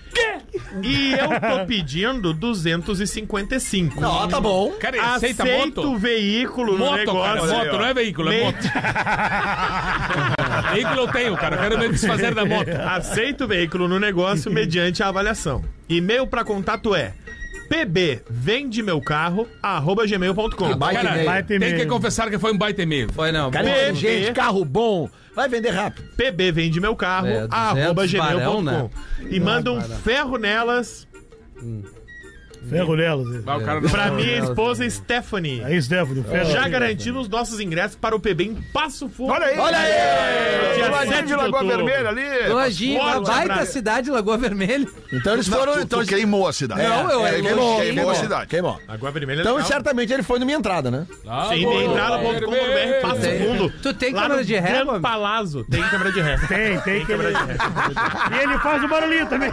Speaker 6: E eu tô pedindo 255.
Speaker 5: Ó, tá bom.
Speaker 3: Cara, aceita
Speaker 6: Aceita
Speaker 3: moto?
Speaker 6: o veículo no
Speaker 3: Moto, cara,
Speaker 6: negócio.
Speaker 3: moto, não é veículo, é moto. veículo eu tenho, cara, eu quero me desfazer da moto.
Speaker 6: Aceita o veículo no negócio mediante a avaliação. E-mail pra contato é pbvendemeucarro@gmail.com.
Speaker 5: Baita
Speaker 3: Cara,
Speaker 5: e-mail.
Speaker 7: baita
Speaker 3: tem que
Speaker 7: e-mail.
Speaker 3: confessar que foi um baita e-mail.
Speaker 4: Foi não.
Speaker 5: Cara
Speaker 6: Bebê.
Speaker 5: inteligente, carro bom. Vai vender rápido.
Speaker 6: pbvendemeucarro@gmail.com.
Speaker 4: É, 200 barão, né?
Speaker 6: E manda um ferro nelas
Speaker 7: Ferro nelas.
Speaker 3: Ah, o cara não-
Speaker 6: pra minha esposa Stephanie.
Speaker 7: Aí, Stephanie, ferro.
Speaker 6: Já garantimos os nossos ingressos para o PB em Passo Fundo.
Speaker 2: Olha aí!
Speaker 5: Olha aí!
Speaker 6: Dia
Speaker 2: Lojinha
Speaker 6: 7 de
Speaker 2: de Lagoa
Speaker 6: outubro.
Speaker 2: Vermelha ali!
Speaker 4: Lojinha, uma
Speaker 6: Forte
Speaker 4: baita
Speaker 6: abraço.
Speaker 4: cidade, Lagoa Vermelha.
Speaker 5: Então eles
Speaker 2: Não,
Speaker 5: foram.
Speaker 2: tu,
Speaker 5: então
Speaker 2: tu
Speaker 5: eles-
Speaker 2: queimou a cidade.
Speaker 4: Não, eu-
Speaker 2: É,
Speaker 4: eu-
Speaker 2: queimou,
Speaker 4: eu-
Speaker 2: queimou a cidade.
Speaker 5: Queimou.
Speaker 6: Agora vermelha é
Speaker 5: Então,
Speaker 6: legal.
Speaker 5: certamente ele foi no Minha Entrada, né?
Speaker 6: Sim, bemeentrada.com.br, Passo
Speaker 4: Tem.
Speaker 6: Fundo.
Speaker 4: Ah, Tu tem
Speaker 6: Lá
Speaker 4: câmera
Speaker 6: no
Speaker 4: de ré,
Speaker 6: Gran
Speaker 4: mano?
Speaker 6: Palazzo. Tem câmera de ré.
Speaker 7: Tem, tem que ele... E ele faz o barulhinho também.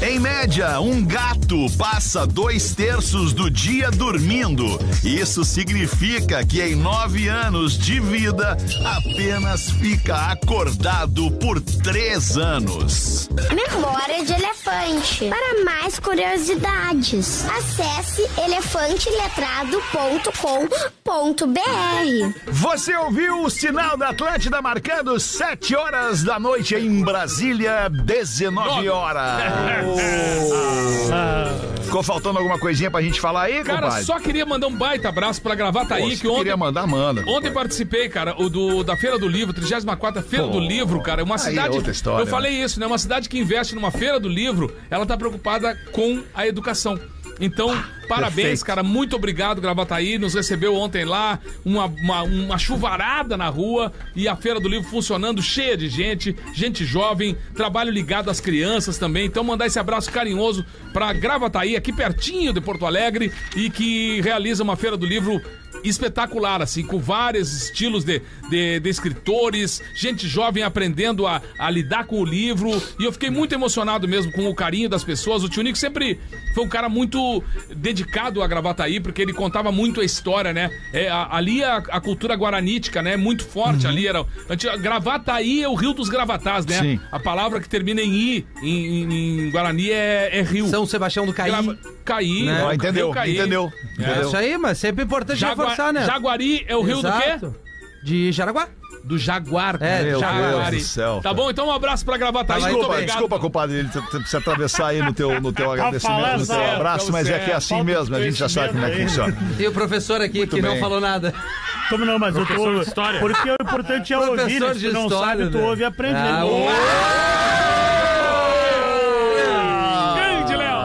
Speaker 1: Em média, um gato passa dois terços do dia dormindo. Isso significa que em nove anos de vida, apenas fica acordado por três anos.
Speaker 9: Memória de elefante. Para mais curiosidades, acesse elefanteletrado.com.br.
Speaker 2: Você ouviu o sinal da Atlântida marcando 7 horas da noite em Brasília, 19 horas. Ficou faltando alguma coisinha pra gente falar aí,
Speaker 3: Ah. Cara,
Speaker 2: compadre?
Speaker 3: só queria mandar um baita abraço pra Gravataí,
Speaker 2: Pô, se
Speaker 3: que ontem
Speaker 2: queria mandar, manda.
Speaker 3: Ontem
Speaker 2: compadre.
Speaker 3: participei, cara, o do, da Feira do Livro, 34 Feira do Livro, cara. É uma
Speaker 2: aí é
Speaker 3: cidade.
Speaker 2: outra história,
Speaker 3: eu falei isso, né? Uma cidade que investe numa Feira do Livro, ela tá preocupada com a educação. Então, parabéns,
Speaker 2: Ah, perfeito.
Speaker 3: cara. Muito obrigado, Gravataí. Nos recebeu ontem lá, uma, uma, uma chuvarada na rua e a Feira do Livro funcionando, cheia de gente, gente jovem, trabalho ligado às crianças também. Então, mandar esse abraço carinhoso pra Gravataí, aqui pertinho de Porto Alegre, e que realiza uma Feira do Livro espetacular, assim, com vários estilos de, de, de escritores, gente jovem aprendendo a, a lidar com o livro. E eu fiquei muito emocionado mesmo com o carinho das pessoas. O tio Nico sempre foi um cara muito dedicado a Gravataí, porque ele contava muito a história, né? É, a- ali a, a cultura guaranítica, né? é Muito forte
Speaker 2: Uhum.
Speaker 3: ali. Era, antiga- Gravataí é o rio dos gravatás, né?
Speaker 2: Sim.
Speaker 3: A palavra que termina em I, em, em- em Guarani, é, é rio.
Speaker 4: São Sebastião do Caí.
Speaker 3: Grava- Caí, é
Speaker 4: Né?
Speaker 3: rio
Speaker 2: Ó, Ah, entendeu,
Speaker 3: Caí.
Speaker 2: entendeu,
Speaker 4: É
Speaker 2: entendeu.
Speaker 4: isso aí, mas sempre é importante
Speaker 3: Jagua-
Speaker 4: reforçar, né?
Speaker 3: Jaguari é o rio do quê?
Speaker 4: Exato. De Jaraguá.
Speaker 3: Do Jaguar,
Speaker 4: É,
Speaker 3: do
Speaker 4: Meu
Speaker 3: Jaguari.
Speaker 2: Deus do céu,
Speaker 3: tá
Speaker 2: cara.
Speaker 3: bom? Então um abraço pra Gravataí.
Speaker 4: Desculpa,
Speaker 3: muito
Speaker 2: Desculpa,
Speaker 3: obrigado. Tá
Speaker 2: desculpa, compadre, ele t- t- precisa atravessar aí no teu, no teu
Speaker 7: falar
Speaker 2: agradecimento, no teu
Speaker 7: certo,
Speaker 2: abraço,
Speaker 3: tão
Speaker 2: mas é
Speaker 3: certo.
Speaker 2: que é assim
Speaker 7: Falta de
Speaker 2: mesmo, a gente já sabe como é que
Speaker 7: conhecimento aí.
Speaker 2: funciona.
Speaker 4: E o professor aqui que não
Speaker 2: bem.
Speaker 4: falou nada.
Speaker 7: Como não, mas eu tô.
Speaker 6: de história.
Speaker 7: Porque o importante é ouvir, né?
Speaker 4: professor
Speaker 7: Se
Speaker 4: de
Speaker 7: tu não
Speaker 4: história.
Speaker 7: sabe, tu
Speaker 4: né?
Speaker 7: ouve e aprende. né?
Speaker 4: Ah, o-
Speaker 3: Grande, Léo.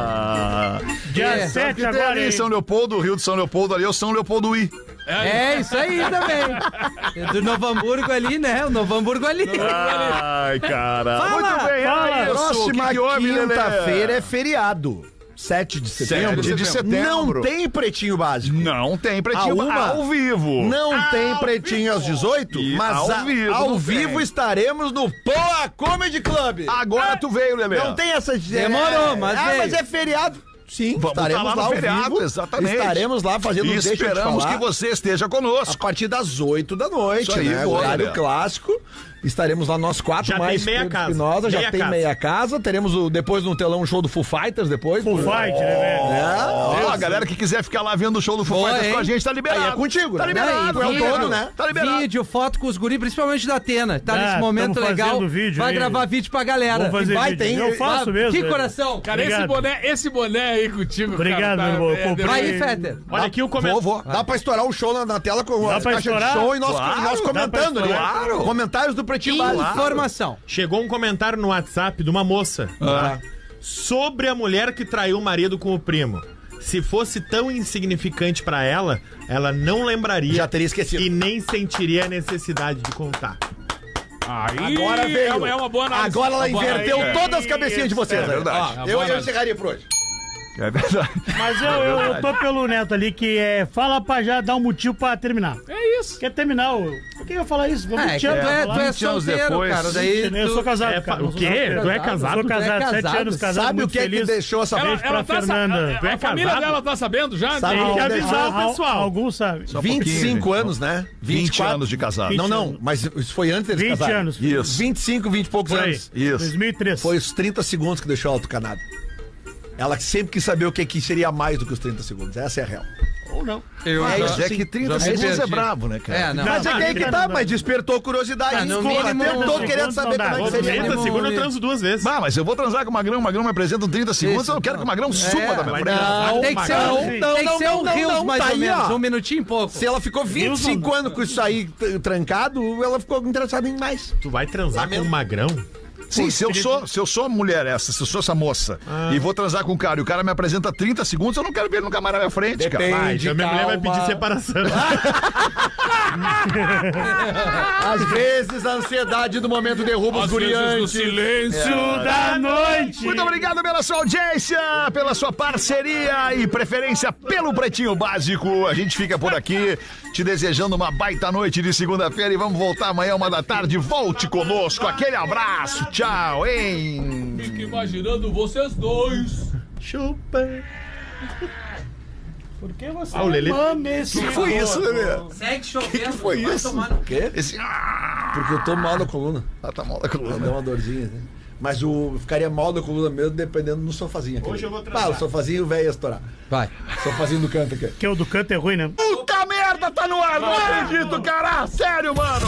Speaker 7: Dia
Speaker 4: é,
Speaker 7: 7
Speaker 2: E tem
Speaker 7: agora,
Speaker 2: ali
Speaker 7: hein?
Speaker 2: em São Leopoldo, o Rio de São Leopoldo ali, é o São Leopoldo I.
Speaker 4: É, isso aí também. Do Novo Hamburgo ali, né? O Novo Hamburgo ali.
Speaker 2: Ai, cara. Muito bem,
Speaker 7: fala.
Speaker 2: é isso.
Speaker 5: Próxima
Speaker 2: O que que houve, Lelê?
Speaker 5: quinta-feira é feriado. 7 de setembro.
Speaker 2: 7 de setembro.
Speaker 5: Não tem pretinho básico.
Speaker 2: Não tem pretinho
Speaker 5: A uma?
Speaker 2: ah, ao vivo.
Speaker 5: Não tem pretinho às 18,
Speaker 2: E
Speaker 5: mas
Speaker 2: ao
Speaker 5: ao
Speaker 2: vivo
Speaker 5: vivo, ao
Speaker 2: não
Speaker 5: vivo
Speaker 2: tem. Ah,
Speaker 5: estaremos no Poa Comedy Club.
Speaker 2: Agora tu veio, Lelê.
Speaker 5: Não tem
Speaker 2: é
Speaker 5: essa
Speaker 4: Demorou, mas
Speaker 5: Ah,
Speaker 4: veio.
Speaker 5: mas é feriado. Sim,
Speaker 2: Vamos
Speaker 5: estaremos
Speaker 2: tá
Speaker 5: lá,
Speaker 2: lá no
Speaker 5: ao
Speaker 2: feriado,
Speaker 5: vivo.
Speaker 2: exatamente.
Speaker 5: Estaremos lá fazendo
Speaker 2: E
Speaker 5: um Deixa Eu Te
Speaker 2: esperamos
Speaker 5: Falar
Speaker 2: que você esteja
Speaker 5: a
Speaker 2: conosco.
Speaker 5: partir das 8 da noite,
Speaker 2: Isso aí,
Speaker 5: né?
Speaker 2: boa,
Speaker 5: horário
Speaker 2: Léo.
Speaker 5: clássico. Estaremos lá nós quatro,
Speaker 6: Já
Speaker 5: mais
Speaker 6: tem meia
Speaker 5: Pedro
Speaker 6: casa.
Speaker 5: Espinosa, já
Speaker 6: Meia
Speaker 5: tem
Speaker 6: casa.
Speaker 5: meia casa. Teremos o, depois no telão um show do Foo Fighters depois.
Speaker 7: Full fight, né, velho?
Speaker 5: É,
Speaker 2: Ó, a galera que quiser ficar lá vendo o show do Foo
Speaker 4: Boa,
Speaker 2: Fighters com
Speaker 4: hein?
Speaker 2: a gente, tá liberado.
Speaker 5: Aí é contigo,
Speaker 2: Tá
Speaker 5: né?
Speaker 2: liberado,
Speaker 4: Não,
Speaker 2: é
Speaker 4: e
Speaker 2: o
Speaker 4: vídeo,
Speaker 2: dono, né? Tá liberado.
Speaker 4: Vídeo, foto com os guris, principalmente da Atena. Tá
Speaker 7: Ah,
Speaker 4: nesse momento
Speaker 7: tamo fazendo
Speaker 4: legal.
Speaker 7: vídeo
Speaker 4: vai
Speaker 7: aí.
Speaker 4: gravar vídeo pra galera.
Speaker 7: Vou fazer
Speaker 4: vai,
Speaker 7: vídeo.
Speaker 4: tem.
Speaker 7: Eu faço
Speaker 4: Ah,
Speaker 7: mesmo,
Speaker 4: Que
Speaker 7: velho.
Speaker 4: coração.
Speaker 3: Cara, esse
Speaker 7: Obrigado.
Speaker 3: boné, esse boné aí contigo,
Speaker 7: Obrigado,
Speaker 3: cara.
Speaker 7: meu irmão. Eu
Speaker 3: é,
Speaker 7: comprei.
Speaker 4: Vai aí, Fetter.
Speaker 6: Olha aqui o
Speaker 2: Tá
Speaker 5: Vou,
Speaker 6: comentário.
Speaker 5: vou. Dá pra estourar o show na, na tela com
Speaker 7: Dá
Speaker 5: a
Speaker 7: pra
Speaker 5: caixa
Speaker 7: estourar?
Speaker 5: de som e nós,
Speaker 2: Claro,
Speaker 5: nós
Speaker 7: dá pra
Speaker 5: comentando. né?
Speaker 7: estourar.
Speaker 5: Claro. Comentários do Pretinho Básico.
Speaker 4: Informação.
Speaker 6: Chegou um comentário no WhatsApp de uma moça
Speaker 5: Ah.
Speaker 6: tá? sobre a mulher que traiu o marido com o primo. Se fosse tão insignificante pra ela, ela não lembraria
Speaker 5: Já teria esquecido.
Speaker 6: e nem sentiria a necessidade de contar.
Speaker 3: Aí,
Speaker 5: Agora veio.
Speaker 3: É uma, é uma boa análise.
Speaker 5: Agora ela
Speaker 3: Uma boa
Speaker 5: inverteu
Speaker 3: análise.
Speaker 5: todas as cabecinhas de um vocês.
Speaker 2: É
Speaker 5: né?
Speaker 2: verdade.
Speaker 5: Ó,
Speaker 3: É
Speaker 5: eu,
Speaker 3: boa,
Speaker 5: eu
Speaker 3: né?
Speaker 5: encerraria por hoje.
Speaker 2: É verdade.
Speaker 7: Mas eu, eu, eu tô pelo neto ali que é. Fala pra já dar um motivo pra terminar.
Speaker 3: É fez.
Speaker 7: Quer terminar o... Por que eu ia falar isso? Vou
Speaker 4: É, que
Speaker 7: mentir,
Speaker 4: tu
Speaker 7: eu vou
Speaker 4: é,
Speaker 7: falar.
Speaker 4: tu é
Speaker 1: 20 anos
Speaker 4: solteiro,
Speaker 1: depois.
Speaker 4: cara. Daí
Speaker 7: Eu sou
Speaker 4: tu...
Speaker 7: casado,
Speaker 6: É,
Speaker 7: cara.
Speaker 6: fa-
Speaker 7: Eu
Speaker 6: o
Speaker 7: sou
Speaker 6: quê?
Speaker 7: casado.
Speaker 6: Tu é casado?
Speaker 7: Sou casado,
Speaker 4: Tu é
Speaker 7: sete
Speaker 4: casado.
Speaker 7: anos casado,
Speaker 5: Sabe o
Speaker 7: muito
Speaker 5: que
Speaker 7: feliz.
Speaker 5: é que deixou essa
Speaker 7: Ela-
Speaker 5: vez?
Speaker 7: Beijo pra
Speaker 3: tá sa-
Speaker 7: Fernanda.
Speaker 3: a,
Speaker 6: Tu
Speaker 3: a
Speaker 6: é
Speaker 3: família
Speaker 6: casado?
Speaker 3: dela tá sabendo já?
Speaker 5: Sabe
Speaker 7: Tem que
Speaker 5: Ah,
Speaker 7: avisar
Speaker 6: ah,
Speaker 7: o pessoal. Alguns sabem.
Speaker 2: Só um pouquinho,
Speaker 5: 25
Speaker 2: gente.
Speaker 5: anos, né?
Speaker 2: 20
Speaker 5: 24
Speaker 2: anos de casado.
Speaker 5: Não, não, mas isso foi antes deles
Speaker 7: 20
Speaker 5: casarem.
Speaker 7: anos.
Speaker 2: Isso.
Speaker 5: 25, 20 e poucos
Speaker 7: Por aí.
Speaker 5: anos.
Speaker 2: Isso.
Speaker 7: 2003.
Speaker 5: Foi os 30 segundos que deixou ela autocanada. Ela sempre quis saber o que, que seria mais do que os 30 segundos. Essa é a real.
Speaker 7: Ou não.
Speaker 4: Eu,
Speaker 5: É
Speaker 4: já-
Speaker 5: isso,
Speaker 2: Mas é que 30
Speaker 4: já me
Speaker 2: segundos é
Speaker 4: perdi.
Speaker 2: brabo, né, cara?
Speaker 4: É, não.
Speaker 5: Mas é que aí que tá, mas despertou curiosidade.
Speaker 4: Ah, no
Speaker 5: Desculpa,
Speaker 4: mínimo,
Speaker 5: até eu tô
Speaker 7: no
Speaker 5: querendo
Speaker 7: segundo
Speaker 5: saber
Speaker 7: não dá.
Speaker 5: como é que
Speaker 7: No
Speaker 5: seria.
Speaker 4: mínimo,
Speaker 6: Trinta segundos eu
Speaker 4: mínimo.
Speaker 6: transo duas vezes.
Speaker 2: Bah, mas eu vou transar com o Magrão, o Magrão me apresenta em 30 segundos,
Speaker 4: Isso,
Speaker 2: eu quero que o
Speaker 4: não.
Speaker 2: Magrão suma da minha
Speaker 6: mas
Speaker 2: frente.
Speaker 6: é
Speaker 5: Não,
Speaker 4: Tem que ser
Speaker 5: não,
Speaker 4: um,
Speaker 5: não,
Speaker 4: tem que
Speaker 5: não,
Speaker 4: ser um
Speaker 5: não,
Speaker 4: rios
Speaker 5: não,
Speaker 4: mais
Speaker 5: tá
Speaker 4: ou
Speaker 5: aí,
Speaker 4: menos,
Speaker 5: ó.
Speaker 4: um minutinho e pouco.
Speaker 5: Se ela ficou 25
Speaker 7: não.
Speaker 5: anos com isso aí t- trancado, ela ficou interessada em mais.
Speaker 6: Tu vai transar com o magrão?
Speaker 2: Sim, se eu, sou, se eu sou a mulher essa, se eu sou essa moça, e vou transar com o cara, e o cara me apresenta 30 segundos, eu não quero ver ele no camarada na minha frente, cara.
Speaker 6: Vai, já minha mulher vai pedir separação.
Speaker 5: Às vezes a ansiedade do momento derruba
Speaker 3: Às vezes no silêncio.
Speaker 4: Ah,
Speaker 7: Da noite.
Speaker 2: Muito obrigado pela sua audiência, pela sua parceria e preferência pelo Pretinho Básico. A gente fica por aqui te desejando uma baita noite de segunda-feira e vamos voltar amanhã, uma da tarde. Volte conosco. Aquele abraço. Tchau, hein?
Speaker 3: Fico imaginando vocês dois.
Speaker 6: Chupa.
Speaker 7: Por que você
Speaker 6: Ah, o Lelê.
Speaker 7: mama esse
Speaker 5: Foi isso, né?
Speaker 4: Segue chovendo,
Speaker 5: foi
Speaker 4: vai
Speaker 5: isso?
Speaker 4: tomar no-
Speaker 2: Esse... Ah,
Speaker 5: Porque eu tô mal na coluna.
Speaker 2: tá mal da
Speaker 5: Dá
Speaker 2: coluna.
Speaker 5: uma dorzinha, né? Mas o, ficaria mal da coluna mesmo, dependendo do sofazinho. Aqui.
Speaker 6: Hoje eu vou transar.
Speaker 5: Ah, o sofazinho velho ia estourar.
Speaker 4: Vai.
Speaker 5: Sofazinho do canto aqui.
Speaker 7: Que o do canto é ruim, né?
Speaker 2: Puta merda, tá no ar. Não acredito, cara. Sério, mano.